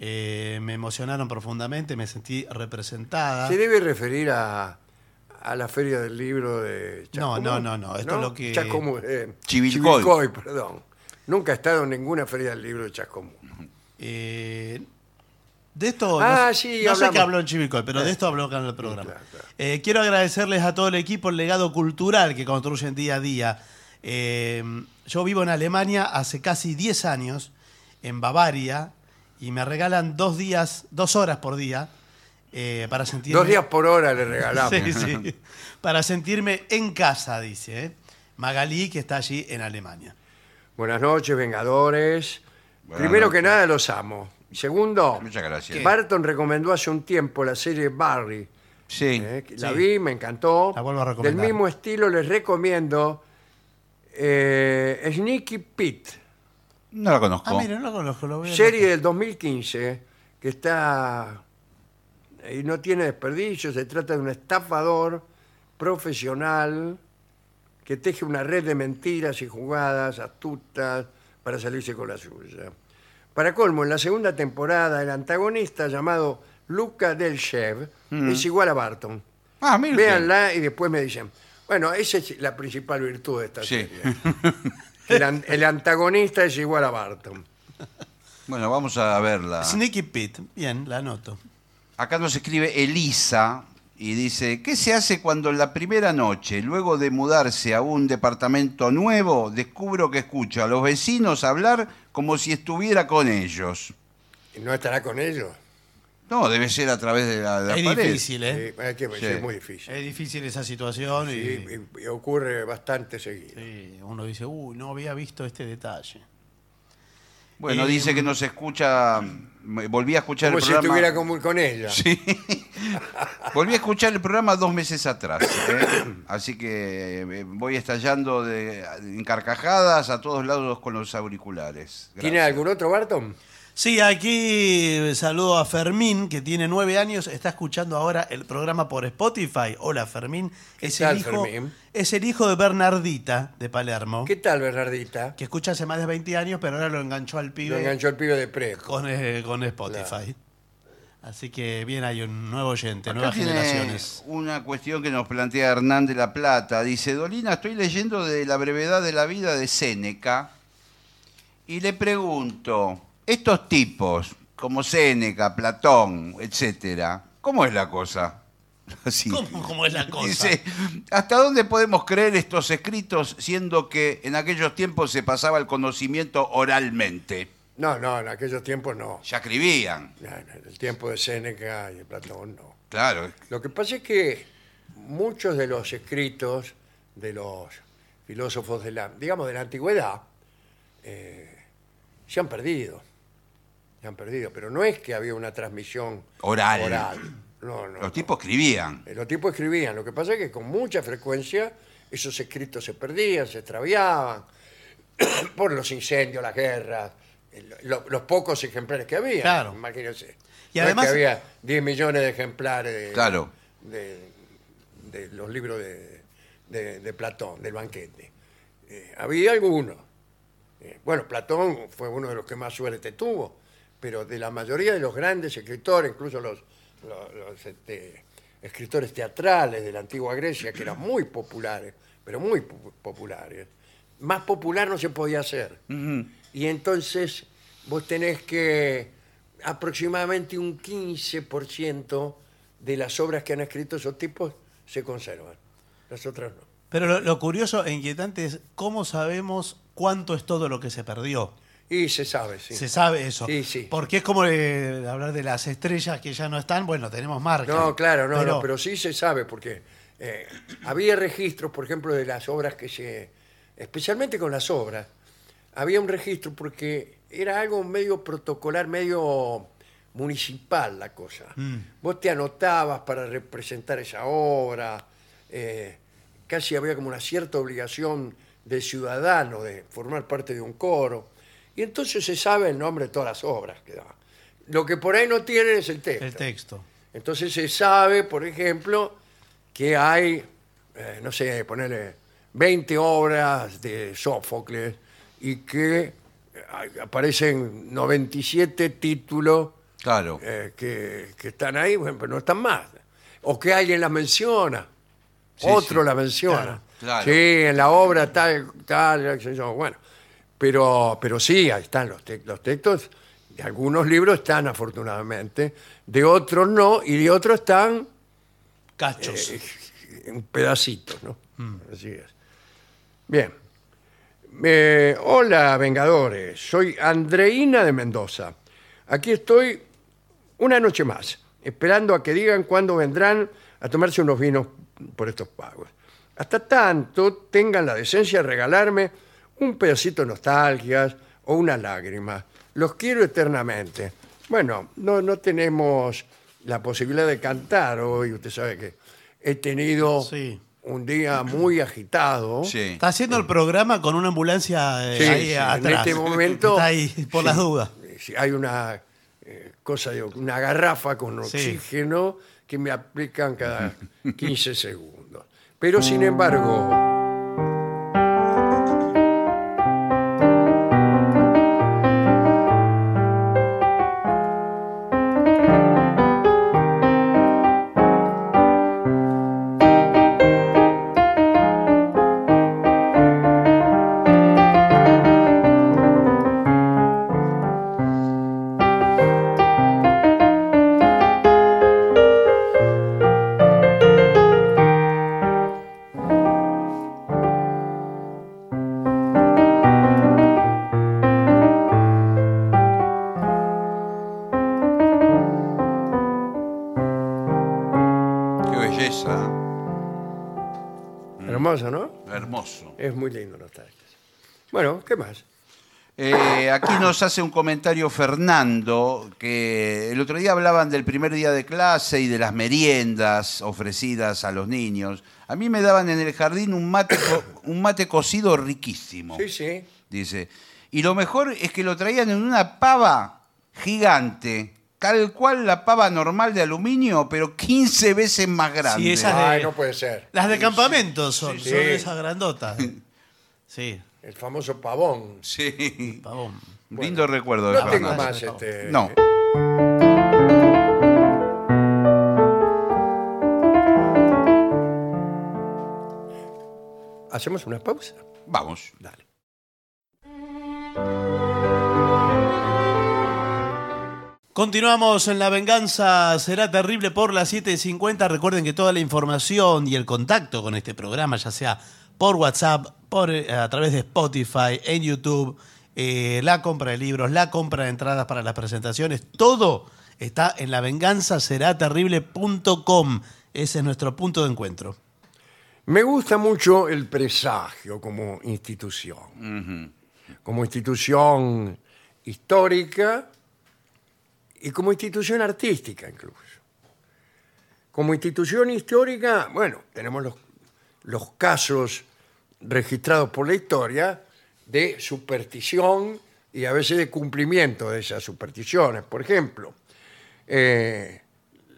Eh, me emocionaron profundamente, me sentí representada. ¿Se debe referir a, a la feria del libro de Chascomús? No, no, no, no, esto es lo que- Chascomús, eh, Chivilcoy. Chivilcoy, perdón. Nunca he estado en ninguna feria del libro de Chascomús. Eh, de esto, Ah, no, sé- sí, no sé hablamos. Eh. qué habló en Chivicoy, pero de esto habló acá en el programa. claro, claro. Eh, quiero agradecerles a todo el equipo el legado cultural que construyen día a día. Eh, yo vivo en Alemania hace casi 10 años, en Bavaria, y me regalan dos días, dos horas por día eh, para sentirme... Dos días por hora le regalamos. [laughs] Sí, sí. Para sentirme en casa, dice. eh. Magalí, que está allí en Alemania. Buenas noches, Vengadores. Buenas Primero noches. que nada, los amo. Segundo, Muchas gracias. Barton recomendó hace un tiempo la serie Barry. Sí. Eh, que La Sí. vi, me encantó. La vuelvo a Del recomendar. mismo estilo les recomiendo eh, Sneaky Pete, No la conozco. Ah, mire, no lo conozco, lo voy a serie del 2015, que está y no tiene desperdicio, se trata de un estafador profesional que teje una red de mentiras y jugadas astutas para salirse con la suya. Para colmo, en la segunda temporada el antagonista llamado Luca Delchev Mm. es igual a Barton. Ah, mire usted. Véanla y después me dicen. Bueno, esa es la principal virtud de esta Sí. [laughs] serie. El, an- el antagonista es igual a Barton. Bueno, vamos a verla. Sneaky Pit, bien, la anoto. Acá nos escribe Elisa y dice, ¿qué se hace cuando en la primera noche, luego de mudarse a un departamento nuevo, descubro que escucho a los vecinos hablar como si estuviera con ellos? ¿Y ¿No estará con ellos? No, debe ser a través de la, de la Es pared. difícil, ¿eh? Sí, hay que- Sí. Eh, Es muy difícil. Es difícil esa situación y, Y, y- y ocurre bastante seguido. sí, uno dice, uy, no había visto este detalle. Bueno, Eh, dice que nos escucha, volví a escuchar Como el si programa. estuviera con, con ella. Sí. Volví a escuchar el programa dos meses atrás. ¿eh? Así que eh, voy estallando de, en carcajadas a todos lados con los auriculares. Gracias. ¿Tiene algún otro Barton? Sí, aquí eh, saludo a Fermín, que tiene nueve años, está escuchando ahora el programa por Spotify. Hola, Fermín. Es, tal, el hijo, Fermín? es el hijo de Bernardita, de Palermo, ¿Qué tal, Bernardita? que escucha hace más de 20 años, pero ahora lo enganchó al Lo pibe enganchó el pibe de pre. Con, eh, con Spotify. Así que bien, hay un nuevo oyente, Acá nuevas tiene generaciones. Una cuestión que nos plantea Hernán de la Plata. Dice, Dolina, estoy leyendo de la brevedad de la vida de Séneca y le pregunto, estos tipos, como Séneca, Platón, etcétera, ¿cómo es la cosa? [laughs] Así. ¿Cómo, cómo [laughs] es la cosa? Dice, ¿hasta dónde podemos creer estos escritos siendo que en aquellos tiempos se pasaba el conocimiento oralmente? No, no, en aquellos tiempos no. Ya escribían, No, no, En el tiempo de Séneca y de Platón no. claro. Lo que pasa es que muchos de los escritos de los filósofos de la, digamos, de la antigüedad, eh, se han perdido. Se han perdido, pero no es que había una transmisión Oral. No, no. Los tipos escribían. Eh, Los tipos escribían. Lo que pasa es que con mucha frecuencia esos escritos se perdían, se extraviaban [coughs] por los incendios, las guerras, eh, lo- los pocos ejemplares que había. Claro. Imagínense. Y No es que además- había 10 millones de ejemplares de, Claro. de, de los libros de, de- de Platón, del banquete. Eh, había algunos. Eh, bueno, Platón fue uno de los que más suerte tuvo, pero de la mayoría de los grandes escritores, incluso los, los- los, este, escritores teatrales de la antigua Grecia, que eran muy populares, pero muy po- populares, más popular no se podía hacer. Y entonces vos tenés que aproximadamente un 15% de las obras que han escrito esos tipos se conservan, las otras no. Pero lo, lo curioso e inquietante es cómo sabemos cuánto es todo lo que se perdió. Y se sabe, sí. Se sabe eso. Sí, sí. Porque es como eh, hablar de las estrellas que ya no están. Bueno, tenemos marca. No, claro, no, no, pero, sí se sabe, porque eh, había registros, por ejemplo, de las obras que se. especialmente con las obras, había un registro porque era algo medio protocolar, medio municipal la cosa. Vos te anotabas para representar esa obra, eh, casi había como una cierta obligación de ciudadano de formar parte de un coro. Y entonces se sabe el nombre de todas las obras que daban. Lo que por ahí no tienen es el texto. El texto. Entonces se sabe, por ejemplo, que hay, eh, no sé, ponerle 20 obras de Sófocles y que eh, aparecen 97 títulos Claro. eh, que, que están ahí, bueno, pero no están más. O que alguien las menciona, otro sí. las menciona. Claro, claro. Sí, en la obra tal, tal, qué sé yo, bueno. Pero, pero sí, ahí están los, tec- los textos. De algunos libros están, afortunadamente, de otros no, y de otros están Eh, Cachos. un pedacito, ¿no? Mm. Así es. Bien. Eh, hola, Vengadores. Soy Andreina de Mendoza. Aquí estoy una noche más, esperando a que digan cuándo vendrán a tomarse unos vinos por estos pagos. Hasta tanto, tengan la decencia de regalarme un pedacito de nostalgias o una lágrima. Los quiero eternamente. Bueno, no, no tenemos la posibilidad de cantar hoy. Usted sabe que he tenido Sí. un día muy agitado. Sí. Está haciendo el programa con una ambulancia eh, Sí, ahí sí, atrás. En este momento. Está ahí, por sí, las dudas. sí, Hay una eh, cosa de una garrafa con Sí. oxígeno que me aplican cada 15 segundos. Pero sin embargo. Qué belleza. Hermoso, ¿no? Hermoso. Es muy lindo los talles. Bueno, ¿qué más? Eh, aquí nos hace un comentario Fernando, que el otro día hablaban del primer día de clase y de las meriendas ofrecidas a los niños. A mí me daban en el jardín un mate, co- un mate cocido riquísimo, Sí, sí. dice. Y lo mejor es que lo traían en una pava gigante, tal cual la pava normal de aluminio, pero 15 veces más grande. Sí, esa- Las de- Ay, no puede ser. Las de campamento son, Sí, sí. son esas grandotas. Sí, El famoso pavón. Sí. pavón. Lindo recuerdo de No tengo Fernando. más este. No. ¿Hacemos una pausa? Vamos. Dale. Continuamos en La Venganza Será Terrible por las 7.50. Recuerden que toda la información y el contacto con este programa, ya sea por WhatsApp, por, eh, a través de Spotify, en YouTube, eh, la compra de libros, la compra de entradas para las presentaciones, todo está en lavenganzaseraterrible.com. Ese es nuestro punto de encuentro. Me gusta mucho el presagio como institución. Como institución histórica y como institución artística incluso. Como institución histórica, bueno, tenemos los, los casos registrados por la historia de superstición y a veces de cumplimiento de esas supersticiones. Por ejemplo, eh,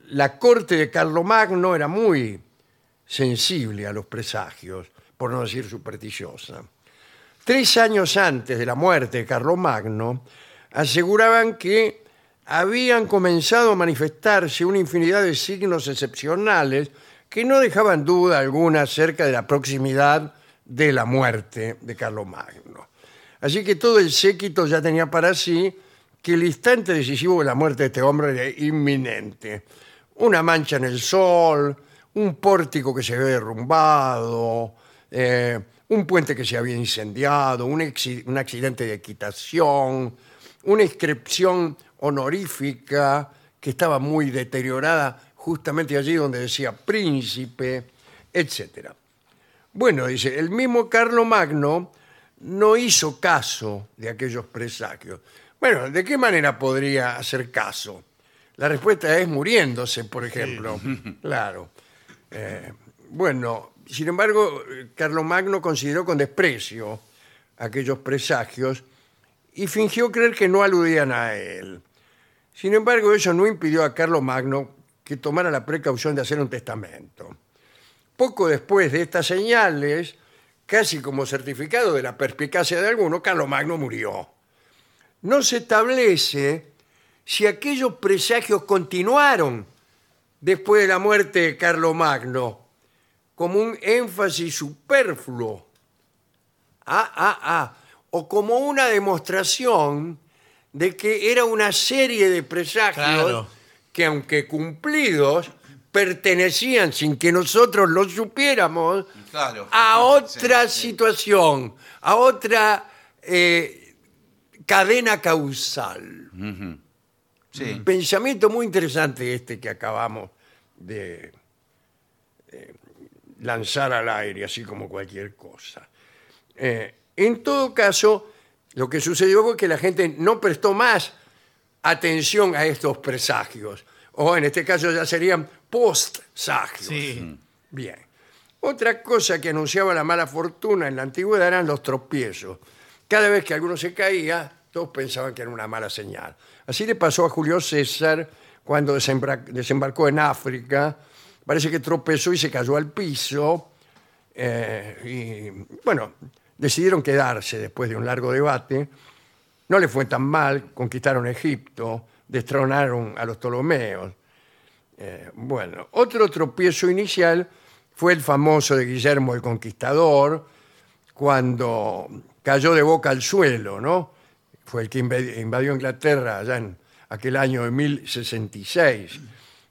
la corte de Carlomagno era muy sensible a los presagios, por no decir supersticiosa. Tres años antes de la muerte de Carlomagno, aseguraban que habían comenzado a manifestarse una infinidad de signos excepcionales que no dejaban duda alguna acerca de la proximidad de la muerte de Carlomagno. Así que todo el séquito ya tenía para sí que el instante decisivo de la muerte de este hombre era inminente. Una mancha en el sol, un pórtico que se ve derrumbado, eh, un puente que se había incendiado, un, exi- un accidente de equitación, una inscripción honorífica que estaba muy deteriorada justamente allí donde decía príncipe, etcétera. Bueno, dice, el mismo Carlo Magno no hizo caso de aquellos presagios. Bueno, ¿de qué manera podría hacer caso? La respuesta es muriéndose, por ejemplo. Claro. Eh, bueno, sin embargo, Carlo Magno consideró con desprecio aquellos presagios y fingió creer que no aludían a él. Sin embargo, eso no impidió a Carlo Magno que tomara la precaución de hacer un testamento poco después de estas señales, casi como certificado de la perspicacia de alguno, Carlomagno murió. No se establece si aquellos presagios continuaron después de la muerte de Carlomagno, como un énfasis superfluo. Ah, ah, ah. O como una demostración de que era una serie de presagios Claro. que, aunque cumplidos, pertenecían sin que nosotros lo supiéramos Claro. a otra Sí, sí. situación, a otra eh, cadena causal. Sí. Pensamiento muy interesante este que acabamos de eh, lanzar al aire, así como cualquier cosa. Eh, en todo caso, lo que sucedió fue que la gente no prestó más atención a estos presagios, o en este caso ya serían postsagios. Sí. Bien. Otra cosa que anunciaba la mala fortuna en la antigüedad eran los tropiezos. Cada vez que alguno se caía, todos pensaban que era una mala señal. Así le pasó a Julio César cuando desembra- desembarcó en África. Parece que tropezó y se cayó al piso. Eh, y bueno, decidieron quedarse después de un largo debate. No le fue tan mal, conquistaron Egipto, destronaron a los Ptolomeos. Eh, bueno, otro tropiezo inicial fue el famoso de Guillermo el Conquistador, cuando cayó de boca al suelo, ¿no? Fue el que invad- invadió Inglaterra allá en aquel año de 1066.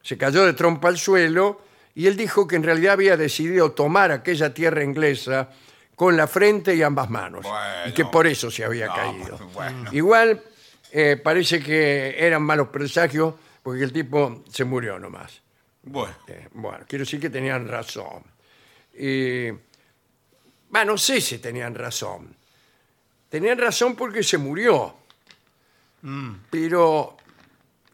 Se cayó de trompa al suelo y él dijo que en realidad había decidido tomar aquella tierra inglesa con la frente y ambas manos. y que Bueno. por eso se había No, caído. bueno. Igual eh, parece que eran malos presagios porque el tipo se murió nomás. Bueno. Eh, bueno, quiero decir que tenían razón. Y, bah, no sé si tenían razón. Tenían razón porque se murió. Mm. Pero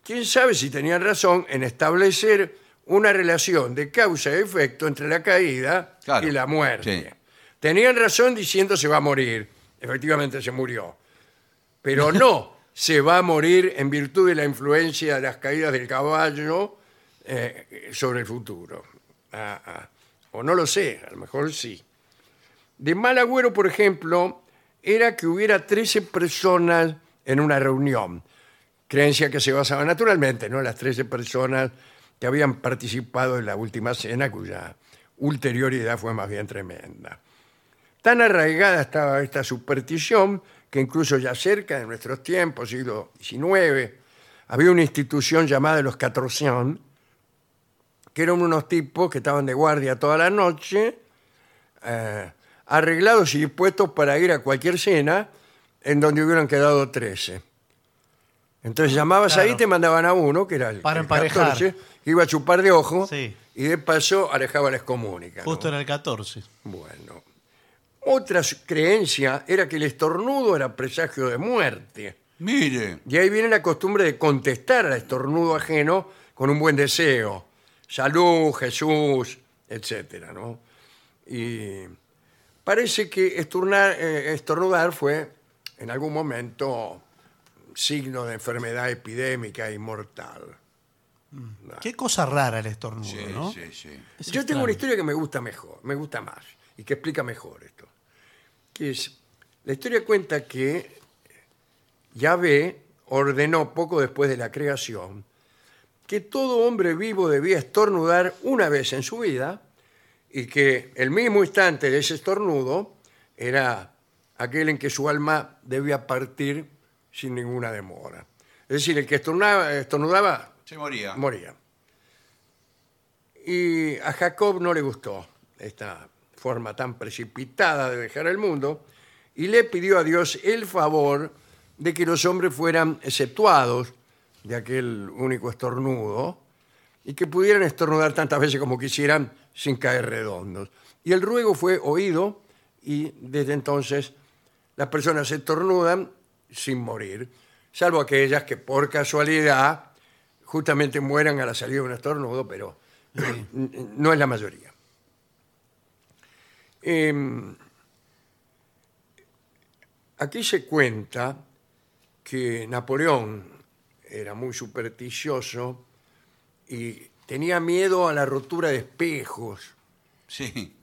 quién sabe si tenían razón en establecer una relación de causa y efecto entre la caída Claro, y la muerte. sí. Tenían razón diciendo se va a morir. Efectivamente se murió. [laughs] Pero no se va a morir en virtud de la influencia de las caídas del caballo eh, sobre el futuro. Ah, ah. O no lo sé, a lo mejor sí. De mal agüero, por ejemplo, era que hubiera 13 personas en una reunión. Creencia que se basaba naturalmente, ¿no? Las 13 personas que habían participado en la última cena, cuya ulterioridad fue más bien tremenda. Tan arraigada estaba esta superstición que incluso ya cerca de nuestros tiempos, siglo XIX, había una institución llamada los Catrocian, que eran unos tipos que estaban de guardia toda la noche, eh, arreglados y dispuestos para ir a cualquier cena en donde hubieran quedado 13. Entonces llamabas Ah, Claro. ahí, te mandaban a uno, que era el, Para el emparejar. 14, que iba a chupar de ojo Sí. y de paso alejaba las comunicas. Justo en el 14. Bueno. Otra s- creencia era que el estornudo era presagio de muerte. Mire. Y ahí viene la costumbre de contestar al estornudo ajeno con un buen deseo. salud, Jesús, etcétera, ¿no? Y parece que estornar- eh, estornudar fue en algún momento signo de enfermedad epidémica y mortal. Qué cosa rara el estornudo, Sí, ¿no? sí, sí. Es Yo tengo extraño. una historia que me gusta mejor, me gusta más y que explica mejor esto. Que es la historia cuenta que Yahvé ordenó poco después de la creación que todo hombre vivo debía estornudar una vez en su vida y que el mismo instante de ese estornudo era aquel en que su alma debía partir sin ninguna demora. Es decir, el que estornaba- estornudaba Se moría. moría. Y a Jacob no le gustó esta forma tan precipitada de dejar el mundo y le pidió a Dios el favor de que los hombres fueran exceptuados de aquel único estornudo y que pudieran estornudar tantas veces como quisieran sin caer redondos. Y el ruego fue oído y desde entonces las personas estornudan sin morir, salvo aquellas que por casualidad justamente mueran a la salida de un estornudo, pero no es la mayoría. Em, aquí se cuenta que Napoleón era muy supersticioso y tenía miedo a la rotura de espejos. Sí.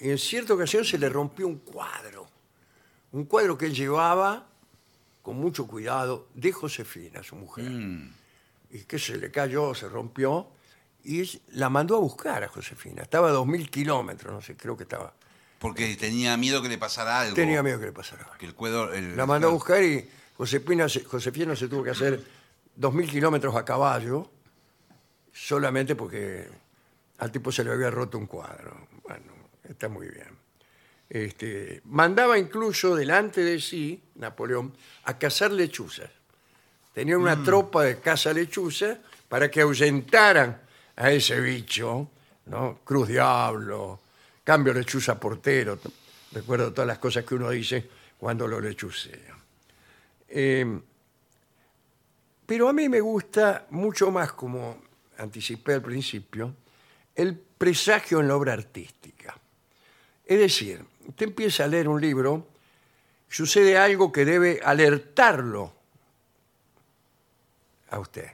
Y en cierta ocasión se le rompió un cuadro, un cuadro que él llevaba con mucho cuidado de Josefina, su mujer Mm. y que se le cayó, se rompió, y es- la mandó a buscar a Josefina. Estaba a 2.000 kilómetros, no sé, creo que estaba. Porque tenía miedo que le pasara algo. Tenía miedo que le pasara algo. Que el cuero. el- La mandó a buscar y Josefina, se- Josefina se tuvo que hacer 2.000 kilómetros a caballo solamente porque al tipo se le había roto un cuadro. Bueno, está muy bien. Este, mandaba incluso delante de sí, Napoleón, a cazar lechuzas. Tenía una tropa de caza lechuzas para que ahuyentaran a ese bicho, ¿no? Cruz Diablo, cambio lechuza portero. t- Recuerdo todas las cosas que uno dice cuando lo lechucea. Eh, pero a mí me gusta mucho más, como anticipé al principio, el presagio en la obra artística. Es decir, usted empieza a leer un libro, sucede algo que debe alertarlo a usted.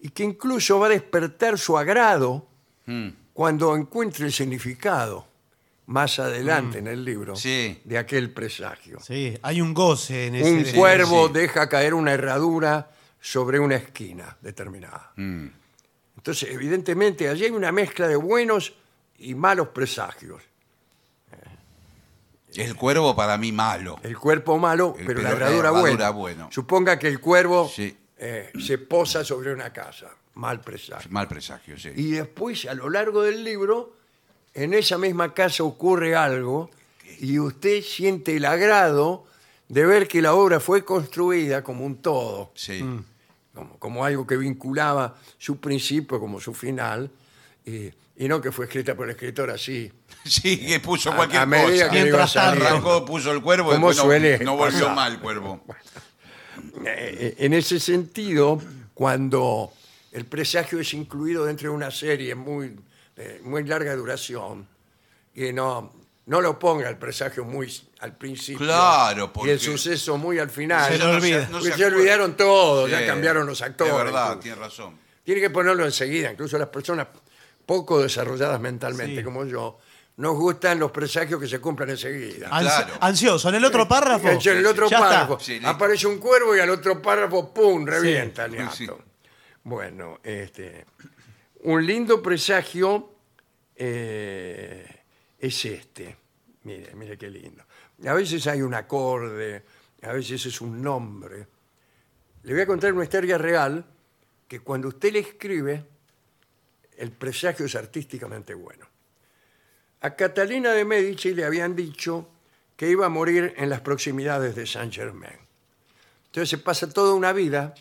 Y que incluso va a despertar su agrado Mm. cuando encuentre el significado más adelante en el libro Mm. Sí. de aquel presagio. Sí, hay un goce en ese. Un de- cuervo sí. deja caer una herradura sobre una esquina determinada. Mm. Entonces, evidentemente, allí hay una mezcla de buenos y malos presagios. El cuervo para mí malo. El cuerpo malo, El pero la pero la herradura buena. herradura bueno. Suponga que el cuervo Sí. eh, se posa sobre una casa. Mal presagio. Mal presagio, sí. Y después, a lo largo del libro, en esa misma casa ocurre algo y usted siente el agrado de ver que la obra fue construida como un todo, Sí. Mm. como, como algo que vinculaba su principio como su final, y, y no que fue escrita por el escritor así. [laughs] Sí, que puso A- cualquier a medida cosa. que le iba Mientras tanto. saliendo. Arrancó, puso el cuervo y Como después no- suele no, volvió pasar. mal cuervo. Eh, en ese sentido, cuando el presagio es incluido dentro de una serie muy, eh, muy larga duración, que no, no lo ponga el presagio muy al principio Claro, y porque- el suceso muy al final. Ah, Se lo olvida. Porque se Pues se acuerda. olvidaron todo, Sí, ya cambiaron los actores. De verdad, incluso. tiene razón. Tiene que ponerlo enseguida, incluso las personas poco desarrolladas mentalmente Sí. como yo, nos gustan los presagios que se cumplan enseguida. Ansi- Claro. Ansioso, en el otro párrafo. Y En el otro Ya está. párrafo. Sí, listo. aparece un cuervo y al otro párrafo, ¡pum! revienta el Sí. gato. Bueno, este. Un lindo presagio eh, es este. Mire, mire qué lindo. A veces hay un acorde, a veces es un nombre. Le voy a contar una historia real que cuando usted le escribe, el presagio es artísticamente bueno. A Catalina de Medici le habían dicho que iba a morir en las proximidades de Saint Germain. Entonces se pasa toda una vida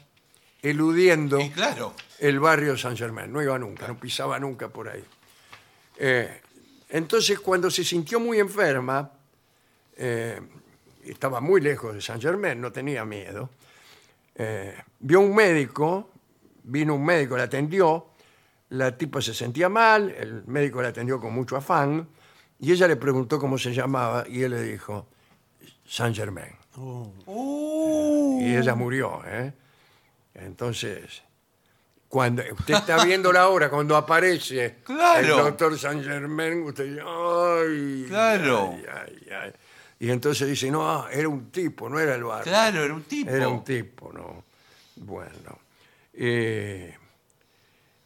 eludiendo Y claro, el barrio Saint Germain. No iba nunca, no pisaba nunca por ahí. Eh, entonces, cuando se sintió muy enferma, eh, estaba muy lejos de Saint Germain, no tenía miedo. eh, vio un médico, vino un médico, la atendió, La tipa se sentía mal, el médico la atendió con mucho afán y ella le preguntó cómo se llamaba y él le dijo, Saint Germain. Y ella murió. ¿eh? Entonces, cuando usted está viendo la obra, cuando aparece el Claro. doctor Saint Germain, usted dice, ¡ay! Claro. ay, ay, ay". Y entonces dice, no, ah, era un tipo, no era el barrio. Claro, era un tipo. Era un tipo, ¿no? Bueno. eh,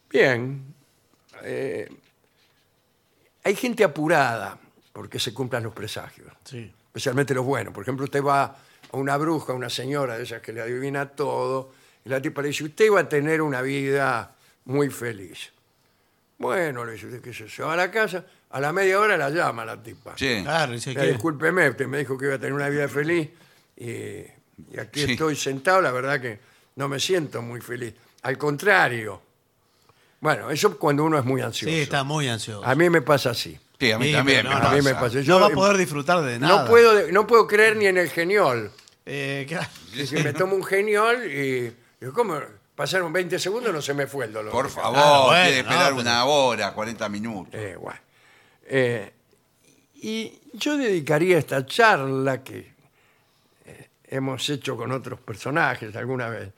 bien. eh, hay gente apurada porque se cumplan los presagios, Sí. especialmente los buenos. Por ejemplo, usted va a una bruja, a una señora de esas que le adivina todo, y la tipa le dice, usted va a tener una vida muy feliz. Bueno, le dice, ¿qué sé yo? Se va a la casa, a la media hora la llama la tipa. Sí. Claro, dice Ya, que- discúlpeme, usted me dijo que iba a tener una vida feliz y, y aquí Sí. estoy sentado, la verdad que no me siento muy feliz. Al contrario. Bueno, eso cuando uno es muy ansioso. Sí, está muy ansioso. A mí me pasa así. Sí, a mí Sí, también pero me no, a mí me pasa. pasa. Yo, No va a eh, poder disfrutar de nada. No puedo, de- no puedo creer ni en el geniol. Eh, claro. Es que me tomo un geniol y yo como pasaron 20 segundos no se me fue el dolor. Por favor, Ah, bueno, tiene que esperar no, pero- una hora, 40 minutos. Eh, bueno. Eh, y yo dedicaría esta charla que eh, hemos hecho con otros personajes alguna vez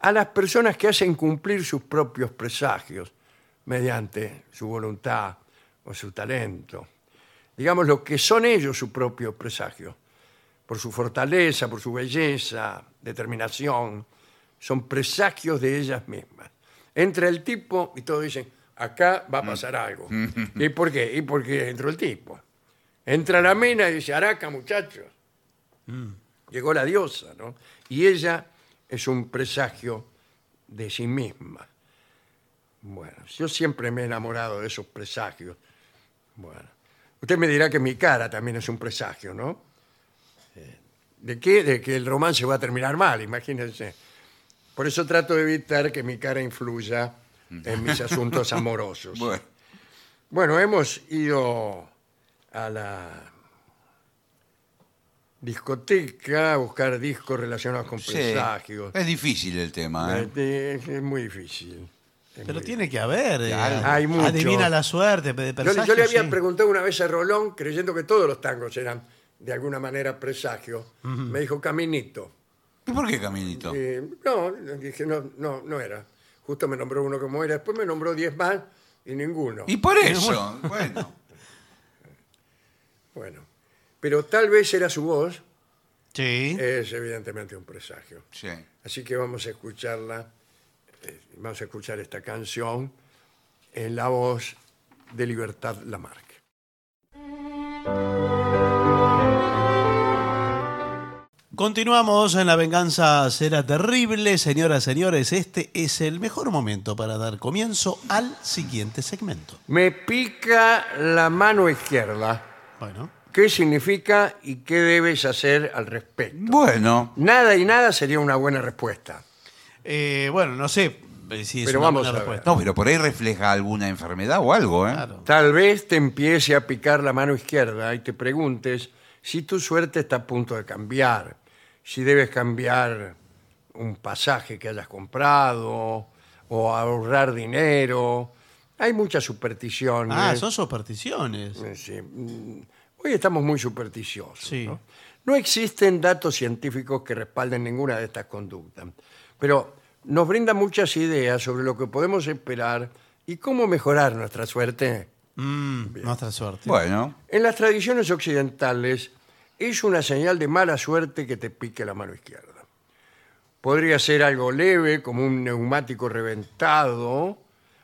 a las personas que hacen cumplir sus propios presagios mediante su voluntad o su talento. Digamos, lo que son ellos sus propios presagios, por su fortaleza, por su belleza, determinación, son presagios de ellas mismas. Entra el tipo y todos dicen, acá va a pasar algo. ¿Y por qué? Y porque entró el tipo. Entra la mina y dice, Araca, muchachos. Llegó la diosa, ¿no? Y ella es un presagio de sí misma. Bueno, yo siempre me he enamorado de esos presagios. Bueno, usted me dirá que mi cara también es un presagio, ¿no? Eh, ¿De qué? De que el romance va a terminar mal, imagínense. Por eso trato de evitar que mi cara influya en mis asuntos amorosos. Bueno, Bueno, hemos ido a la discoteca a buscar discos relacionados con sí. presagios. Es difícil el tema, ¿eh? Este, Es, es muy difícil. Es Ah. Pero muy- tiene que haber. eh, Claro. Hay mucho. Adivina la suerte. pe- Yo- yo, presagio, le había sí. preguntado una vez a Rolón, creyendo que todos los tangos eran de alguna manera presagios. Me dijo Caminito. ¿Y por qué, Caminito? Eh, no, dije, no, no, no era. Justo me nombró uno como era. Después me nombró 10 más y ninguno. Y por eso, [laughs] bueno. Bueno, pero tal vez era su voz. Sí. Es evidentemente un presagio. Sí. Así que vamos a escucharla, eh, vamos a escuchar esta canción en la voz de Libertad Lamarck. Continuamos en La Venganza Será Terrible. Señoras, señores, este es el mejor momento para dar comienzo al siguiente segmento. Me pica la mano izquierda. Bueno. ¿Qué significa y qué debes hacer al respecto? Bueno, Nada y nada sería una buena respuesta. Eh, bueno, no sé eh, si es Pero una vamos buena a ver. respuesta. no, pero por ahí refleja alguna enfermedad o algo, ¿eh? Claro. Tal vez te empiece a picar la mano izquierda y te preguntes si tu suerte está a punto de cambiar, si debes cambiar un pasaje que hayas comprado o ahorrar dinero. Hay muchas supersticiones. Ah, son supersticiones. Eh, sí. Mm, Hoy estamos muy supersticiosos. Sí. ¿no? No existen datos científicos que respalden ninguna de estas conductas, pero nos brinda muchas ideas sobre lo que podemos esperar y cómo mejorar nuestra suerte. Mm, nuestra suerte. Bueno, En las tradiciones occidentales es una señal de mala suerte que te pique la mano izquierda. Podría ser algo leve, como un neumático reventado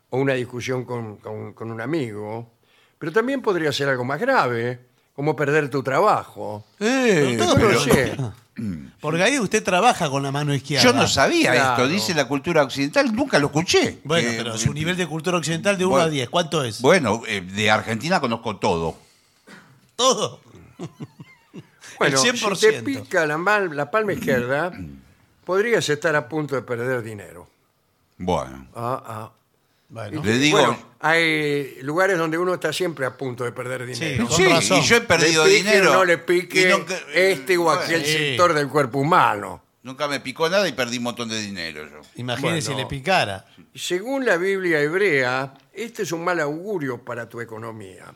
o una discusión con, con- con un amigo, pero también podría ser algo más grave, como perder tu trabajo. Eh, Todo Yo no pero- sé. [clears throat] Porque ahí usted trabaja con la mano izquierda. yo no sabía Claro. esto, dice la cultura occidental, nunca lo escuché. Bueno, Eh, pero su nivel de cultura occidental de 1 bueno. a 10, ¿cuánto es? Bueno, eh, de Argentina conozco todo. Todo. Bueno, El si te 100%. pica la, mal- la palma izquierda, podrías estar a punto de perder dinero. Bueno, Ah, ah. Bueno. le digo. Bueno, hay lugares donde uno está siempre a punto de perder dinero. con sí, razón. y yo he perdido le pique dinero. o no le pique Y no que- este o aquel Bueno, sí. sector del cuerpo humano. Nunca me picó nada y perdí un montón de dinero yo. Imagínese si Bueno. le picara. Según la Biblia hebrea, este es un mal augurio para tu economía.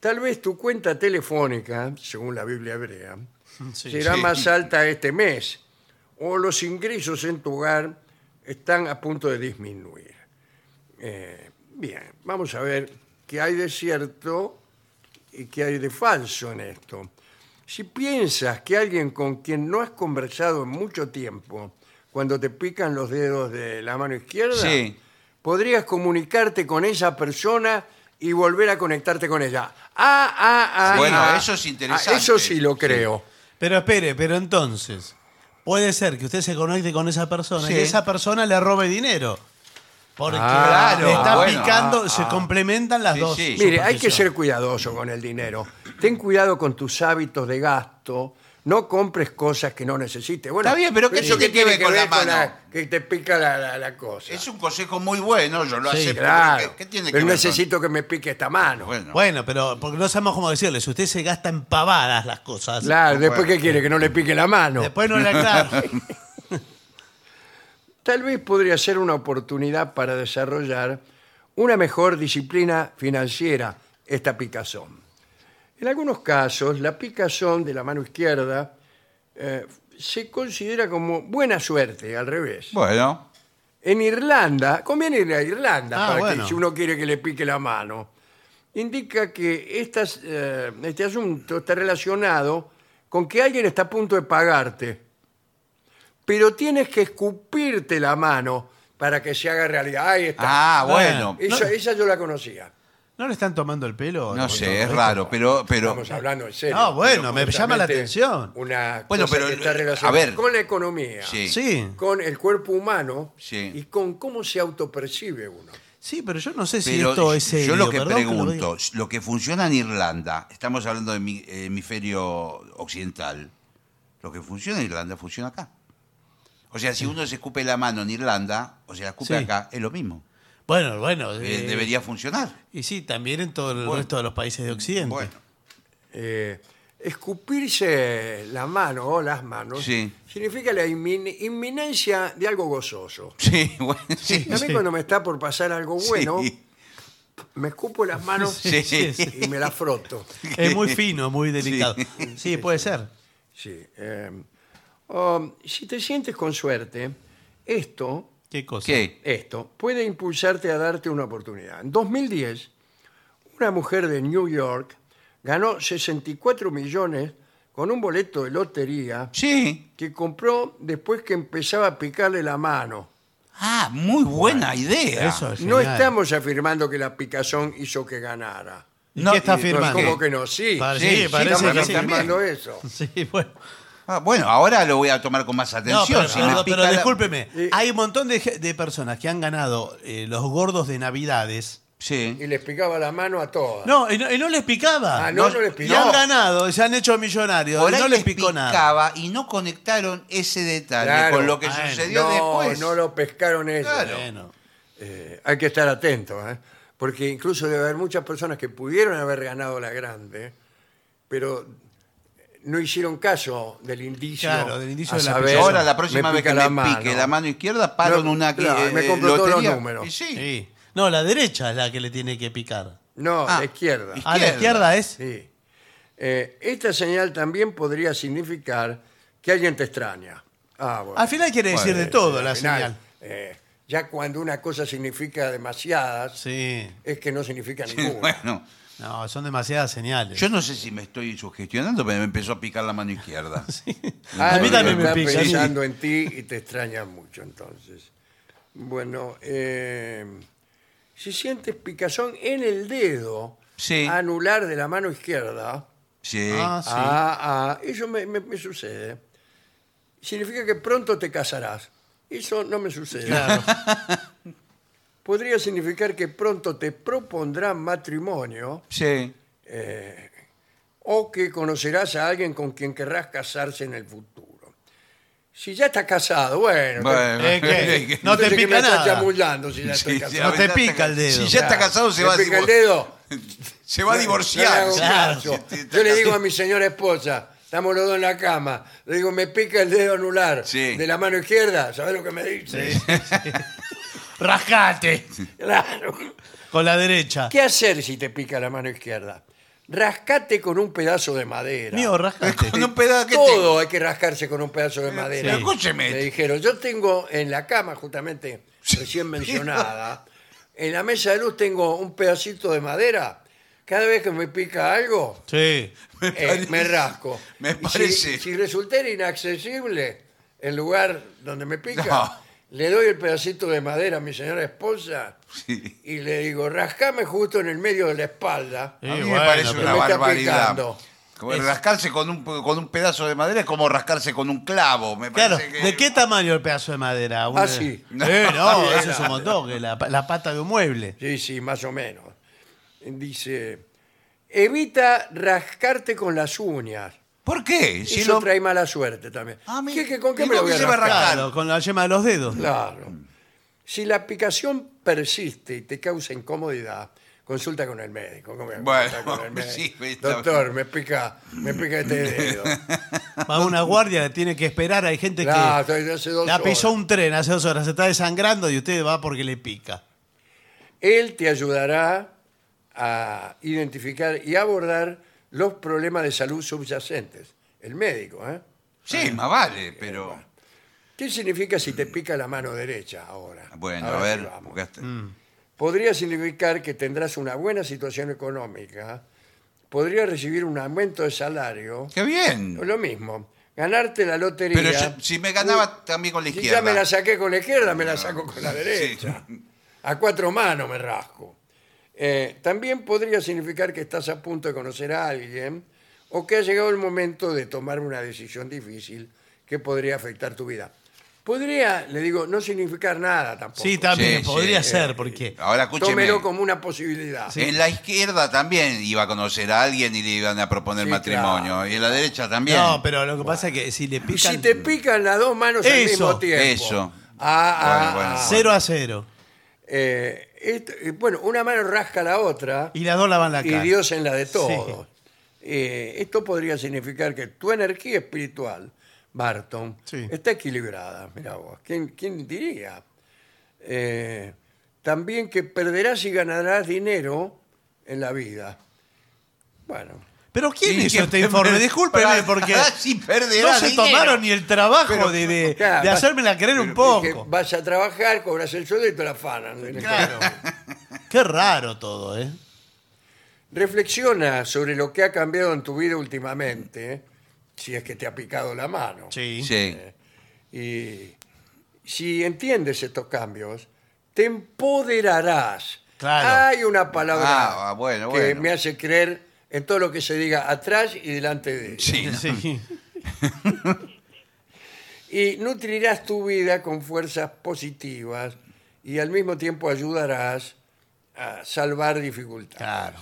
Tal vez tu cuenta telefónica, según la Biblia hebrea, Sí. será Sí. más alta este mes o los ingresos en tu hogar están a punto de disminuir. Eh, bien, vamos a ver qué hay de cierto y qué hay de falso en esto. Si piensas que alguien con quien no has conversado en mucho tiempo, cuando te pican los dedos de la mano izquierda, Sí. podrías comunicarte con esa persona y volver a conectarte con ella. Ah, ah, ah. Bueno, ah. eso es Ah, interesante. Eso sí lo Sí. creo. Pero espere, pero entonces, puede ser que usted se conecte con esa persona y Sí. esa persona le robe dinero. Porque Ah, le está bueno. Ah, picando, se complementan las Sí, dos. sí. Mire, hay que ser cuidadoso con el dinero. Ten cuidado con tus hábitos de gasto. No compres cosas que no necesites. Bueno, Está bien, pero ¿qué eso tiene que ver con la mano? que te pica la, la- la cosa. Es un consejo muy bueno, yo lo Sí, acepto. claro. pero ¿Qué, qué tiene pero que ver? con- necesito que me pique esta mano. Bueno, Bueno, pero porque no sabemos cómo decirle. Si usted se gasta en pavadas las cosas, claro, después Bueno. qué quiere que no le pique la mano. después no le aclaro. [laughs] Tal vez podría ser una oportunidad para desarrollar una mejor disciplina financiera esta picazón. En algunos casos, la picazón de la mano izquierda eh, se considera como buena suerte, al revés. bueno. En Irlanda, conviene ir a Irlanda Ah, para que- bueno. si uno quiere que le pique la mano. Indica que estas, eh, este asunto está relacionado con que alguien está a punto de pagarte, pero tienes que escupirte la mano para que se haga realidad. Ahí está. Ah, bueno. esa, esa yo la conocía. ¿No le están tomando el pelo? ¿eh? No sé, es raro, pero. pero Estamos hablando en serio. Ah, bueno, Pero me llama la justamente atención. Una Bueno, cosa pero, que está eh, a relacionada ver. con la economía, Sí. Sí, con el cuerpo humano Sí. y con cómo se autopercibe uno. sí, pero yo no sé si pero esto es serio. yo lo que perdón lo diga. pregunto, lo que funciona en Irlanda, estamos hablando de mi- eh, hemisferio occidental, lo que funciona en Irlanda funciona acá. O sea, si uno se escupe la mano en Irlanda o se la escupe Sí. acá, es lo mismo. Bueno, bueno. Eh, eh, debería funcionar. Y sí, también en todo el Bueno. resto de los países de Occidente. [laughs] Bueno, [laughs] Eh, escupirse la mano o las manos Sí. significa la inmin- inminencia de algo gozoso. sí, bueno, sí. Y a mí Sí. cuando me está por pasar algo bueno, sí, me escupo las manos sí, Sí, sí. y me las froto. Es muy fino, muy delicado. Sí, puede ser. Sí, eh, o, si te sientes con suerte, esto ¿Qué cosa? ¿Qué? Esto puede impulsarte a darte una oportunidad. En 2010, una mujer de New York ganó 64 millones con un boleto de lotería Sí. que compró después que empezaba a picarle la mano. Ah, muy buena idea. Eso es No genial. estamos afirmando que la picazón hizo que ganara. ¿Y No, qué está y- No, eh, firmando? ¿Cómo que no? Sí. Pa- Sí, sí, sí, parece estamos que también, sí. también. afirmando eso. [laughs] Sí, bueno. Ah, bueno, ahora lo voy a tomar con más No, atención. pero, si me pero- pica pero la- discúlpeme. Eh, Hay un montón de, ge- de personas que han ganado eh, los gordos de Navidades. Sí. Y les picaba la mano a todas. No, y no, y no les picaba. Ah, no, no, no les Y picaba. han ganado, y se han hecho millonarios. Por y ahí no les picó nada. picaba y no conectaron ese detalle Claro. con lo que Bueno. sucedió No, después. no lo pescaron ellos. Claro. Bueno, Eh, hay que estar atentos, ¿eh? porque incluso debe haber muchas personas que pudieron haber ganado la grande, pero no hicieron caso del indicio. Claro, del indicio a de la saber, Eso, Ahora la próxima me vez pica que la me mano. pique la mano izquierda, paro en No, una claro, eh, me compro todos los lotería. números. Y sí. sí. No, la derecha es la que le tiene que picar. No, Ah. la izquierda. Ah, la Izquierda. izquierda es. Sí. Eh, esta señal también podría significar que alguien te extraña. Ah, bueno. Al final quiere decir de Bueno, todo la Al final, señal. eh, ya cuando una cosa significa demasiadas, Sí. es que no significa ninguna. Bueno, No, son demasiadas señales. yo no sé si me estoy sugestionando, pero me empezó a picar la mano [laughs] izquierda. [laughs] A mí Alguien también me está pica, sí. pensando en ti y te extraña mucho, entonces. Bueno, eh, si sientes picazón en el dedo Sí. anular de la mano izquierda, Sí. Ah, sí. ah, ah, eso me, me- me sucede. Significa que pronto te casarás. Eso no me sucede. Claro. [laughs] Podría significar que pronto te propondrán matrimonio Sí. o que conocerás a alguien con quien querrás casarse en el futuro. Si ya estás casado, bueno, Bueno. Eh, que no te Entonces, ¿qué pica me estás nada. chamullando si ya estoy [laughs] Sí, casado? sí, No te ya pica el dedo. Si ya está casado, se ¿Me va, a pica el divor- dedo? se va a No le divorciar. hago Claro. caso. Sí, está Yo le casado. digo a mi señora esposa, Estamos los dos en la cama. Le digo, me pica el dedo anular Sí. de la mano izquierda. ¿Sabes lo que me dice? [laughs] ¡Rascate! Claro. Con la derecha. ¿Qué hacer si te pica la mano izquierda? Rascate con un pedazo de madera. Mío, [laughs] rascate. Con un pedazo que te- Todo hay que rascarse con un pedazo de madera. Pero escúcheme. Le dijeron, yo tengo en la cama, justamente recién mencionada, en la mesa de luz tengo un pedacito de madera. Cada vez que me pica algo, Sí. eh, me, parece- rasco. me Y si- parece. Si, resultara inaccesible el lugar donde me pica, No. le doy el pedacito de madera a mi señora esposa Sí. y le digo, rascame justo en el medio de la espalda. A mí me Sí, bueno, parece pero- una me está barbaridad. picando. Como Rascarse con un, con un pedazo de madera es como rascarse con un clavo. Me Claro, parece que- ¿de qué tamaño el pedazo de madera? Una- Así. Eh, no, eso es un montón, que la, la pata de un mueble. Sí, sí, más o menos. Dice, evita rascarte con las uñas. ¿Por qué? Si Eso lo- trae mala suerte también. Ah, mi- ¿Qué- qué- ¿Con qué ¿y me lo con voy qué a se va a rascar? Rascar. Claro, con la yema de los dedos. Claro. Mm. Si la picación persiste y te causa incomodidad, consulta con el médico. ¿Cómo voy a Bueno, consultar con el médico? [laughs] sí, está Doctor, me pica, me pica [laughs] este dedo. Va una guardia, la tiene que esperar. Hay gente Claro, que estoy desde hace dos la pisó horas. un tren hace dos horas, se está desangrando y usted va porque le pica. Él te ayudará a identificar y abordar los problemas de salud subyacentes. El médico, ¿eh? Sí, más vale, pero. ¿Qué significa si te pica la mano derecha ahora? Bueno, Ahora a sí ver. vamos. Mm. porque hasta- Podría significar que tendrás una buena situación económica, podría recibir un aumento de salario, Qué bien. o lo mismo, ganarte la lotería. Pero yo- si me ganaba también con la Si izquierda. ya me la saqué con la izquierda, me la saco con la derecha. A cuatro manos me rasco. Eh, también podría significar que estás a punto de conocer a alguien o que ha llegado el momento de tomar una decisión difícil que podría afectar tu vida. Podría, le digo, no significar nada tampoco. Sí, también, Sí, sí. podría eh, ser, porque. Ahora escúcheme. Tómelo como una posibilidad. En la izquierda también iba a conocer a alguien y le iban a proponer Sí, matrimonio. claro. Y en la derecha también. No, pero lo que pasa es que si le Y si pican. te pican las dos manos al Eso, mismo tiempo. eso. Ah, ah, Bueno, bueno. ah. Cero a cero. Eh, esto- eh, bueno, una mano rasca la otra Y las dos lavan la y cara. Dios en la de todos. Eh, esto podría significar que tu energía espiritual, Barton, Sí. está equilibrada. Mira vos, ¿quién, quién diría? Eh, también que perderás y ganarás dinero en la vida. Bueno, Pero ¿quién Sí, hizo que- este [laughs] informe? Discúlpeme, Para- porque. Sí, perderá No se dinero. tomaron ni el trabajo Pero- de, de, Claro, de va- hacérmela creer un es que poco. vas a trabajar, cobras el sueldo y te la afanan. Claro. Qué raro todo, ¿eh? Reflexiona sobre lo que ha cambiado en tu vida últimamente, si es que te ha picado la mano. Sí. Eh, Y si entiendes estos cambios, te empoderarás. Claro. Hay una palabra Ah, ah, bueno, que bueno. me hace creer en todo lo que se diga atrás y delante de ella. Sí, no. Sí. Y nutrirás tu vida con fuerzas positivas y al mismo tiempo ayudarás a salvar dificultades. Claro.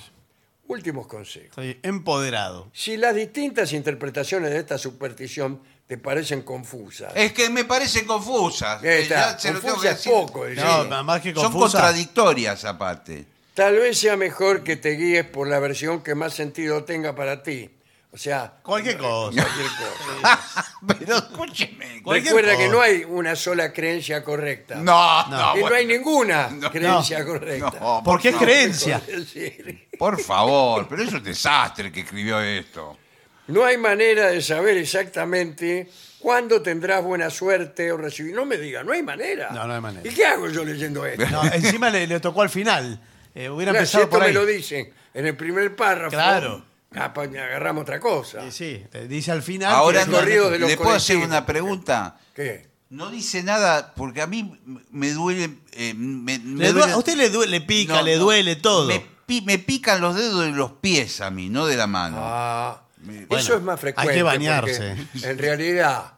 Últimos consejos. Estoy empoderado. Si las distintas interpretaciones de esta superstición te parecen confusas, Es que me parecen confusas. Eh, Ahí está, Ya se lo tengo confusas que decir. poco, eh. No, Sí. más que Son Ah, confusa. contradictorias aparte. tal vez sea mejor que te guíes por la versión que más sentido tenga para ti. O sea, Cualquier cosa. cualquier cosa. Ah, [laughs] Pero escúcheme. Cualquier Recuerda cosa. que no hay una sola creencia correcta. No, no, Y no bueno. hay ninguna No. creencia No, correcta. Porque es no. creencia. Sí. Por favor, pero es un desastre el que escribió esto. No hay manera de saber exactamente cuándo tendrás buena suerte o recibir. No me diga, no hay manera. No, no hay manera. ¿Y qué hago yo leyendo esto? No, encima le, le tocó al final. Eh, hubiera Claro, si empezado esto por ahí. me lo dicen en el primer párrafo. Claro. capaz que agarramos otra cosa. Sí, sí, te dice al final. Ahora que- no- corrido de los le puedo hacer colectivos. una pregunta. ¿Qué? No dice nada porque a mí me duele. eh, me- me Le due- duele- a usted le, duele, le pica, No, le no. duele todo. Me, pi- me pican los dedos de los pies a mí, no de la mano. Ah, Bueno, eso es más frecuente. hay que bañarse. porque En realidad,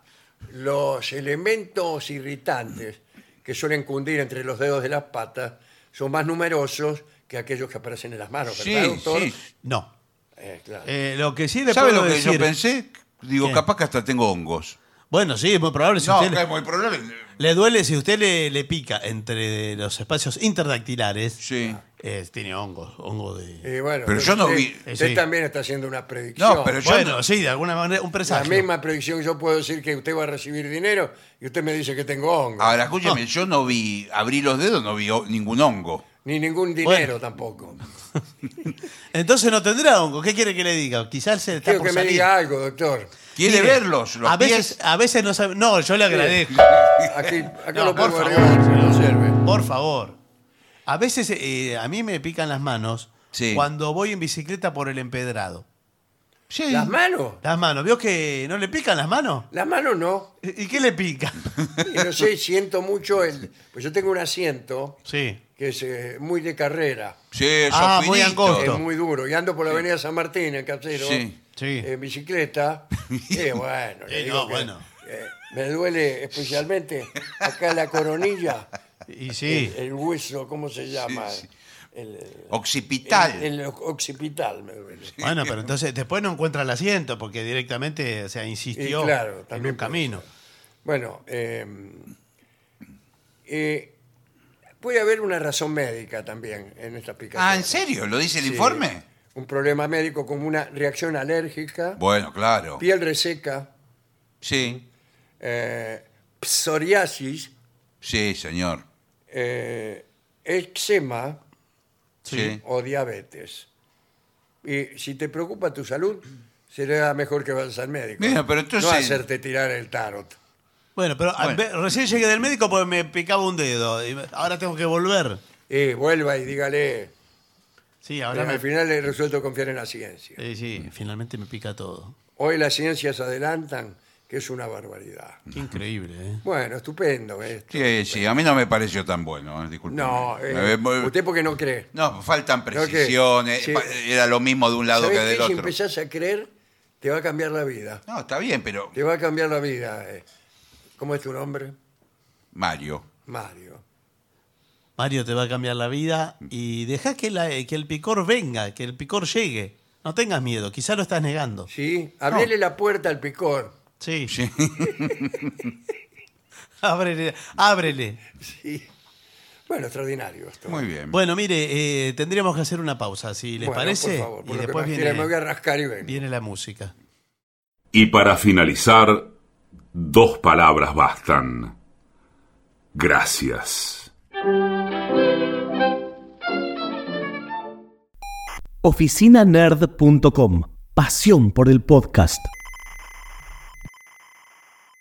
los elementos irritantes que suelen cundir entre los dedos de las patas son más numerosos que aquellos que aparecen en las manos, Sí, ¿verdad, doctor? sí. No. Eh, claro. Eh, lo que sí le ¿Sabe puedo lo que decir. yo pensé? Digo, ¿Qué? capaz que hasta tengo hongos. Bueno, sí, es muy probable. Si no, usted le- es muy probable. le, duele, si usted le, le pica entre los espacios interdactilares, Sí. eh, tiene hongos, hongos de... Eh, bueno, Pero yo no usted- vi- Usted Sí. también está haciendo una predicción. No, pero yo bueno, no- sí, de alguna manera, un La presagio. misma predicción yo puedo decir que usted va a recibir dinero y usted me dice que tengo hongo. Ah. Ahora, escúcheme, yo no vi, abrí los dedos, no vi ho- ningún hongo. Ni ningún dinero tampoco. Entonces no tendrá hongo. ¿Qué quiere que le diga? Quizás se está Quiero por que me salir. diga algo, doctor. ¿Quiere Mire, verlos? Los a pies? veces, a veces no sabe. No, yo le agradezco. Aquí, acá No, lo por pongo favor, arriba, si no sirve. Por favor. A veces eh, a mí me pican las manos Sí. cuando voy en bicicleta por el empedrado. Sí. ¿Las manos? Las manos. ¿Vio que no le pican las manos? Las manos no. ¿Y qué [laughs] le pica? Y no [laughs] sé, siento mucho el... Pues yo tengo un asiento Sí. que es eh, muy de carrera. Sí, esos Ah, muy finitos. angosto. Es muy duro. Y ando por la avenida San Martín, en Casero, Sí, sí. en [laughs] bicicleta. Y bueno, le Eh, digo no, que, bueno. eh, me duele especialmente acá la coronilla, Y sí. el, el hueso, ¿cómo se llama? El, Occipital. el- el occipital me duele. Bueno, pero entonces después no encuentra el asiento porque directamente, o sea, insistió Y claro, en también un puede camino. Bueno, eh, eh, puede haber una razón médica también en esta picación. Ah, ¿en serio? ¿Lo dice el Sí. informe? Un problema médico como una reacción alérgica, Bueno, claro. piel reseca, Sí, eh, psoriasis, sí, señor. eh, eczema Sí. o diabetes. Y si te preocupa tu salud, será mejor que vayas al médico. Mira, pero entonces- No hacerte tirar el tarot. Bueno, pero a- Bueno. ve- recién llegué del médico porque me picaba un dedo. y me- ahora tengo que volver. Y vuelva y dígale. Sí, eh, ahora me- al final he resuelto confiar en la ciencia. Eh, sí, finalmente me pica todo. Hoy las ciencias adelantan que es una barbaridad. Qué increíble, ¿eh? Bueno, estupendo esto. Sí, sí, a mí no me pareció tan bueno, disculpe. No, eh, usted porque no cree. No, faltan Creo que- precisiones, sí. pa- era lo mismo de un lado que ¿Sabés del qué? Si otro. empezás a creer, te va a cambiar la vida. No, está bien, pero Te va a cambiar la vida. eh. ¿Cómo es tu nombre? Mario. Mario. Mario te va a cambiar la vida y deja que, la- que el picor venga, que el picor llegue. No tengas miedo, quizá lo estás negando. Sí, abrele la puerta al picor. Sí. [laughs] Sí. [laughs] ábrele, ábrele. Sí. Bueno, extraordinario esto. Muy bien. Bueno, mire, eh, tendríamos que hacer una pausa, si les Bueno, Por parece. favor, por y lo que después más viene, quiera, me voy a rascar y vengo. viene la música. Y para finalizar, dos palabras bastan. Gracias. oficinanerd.com. Pasión por el podcast.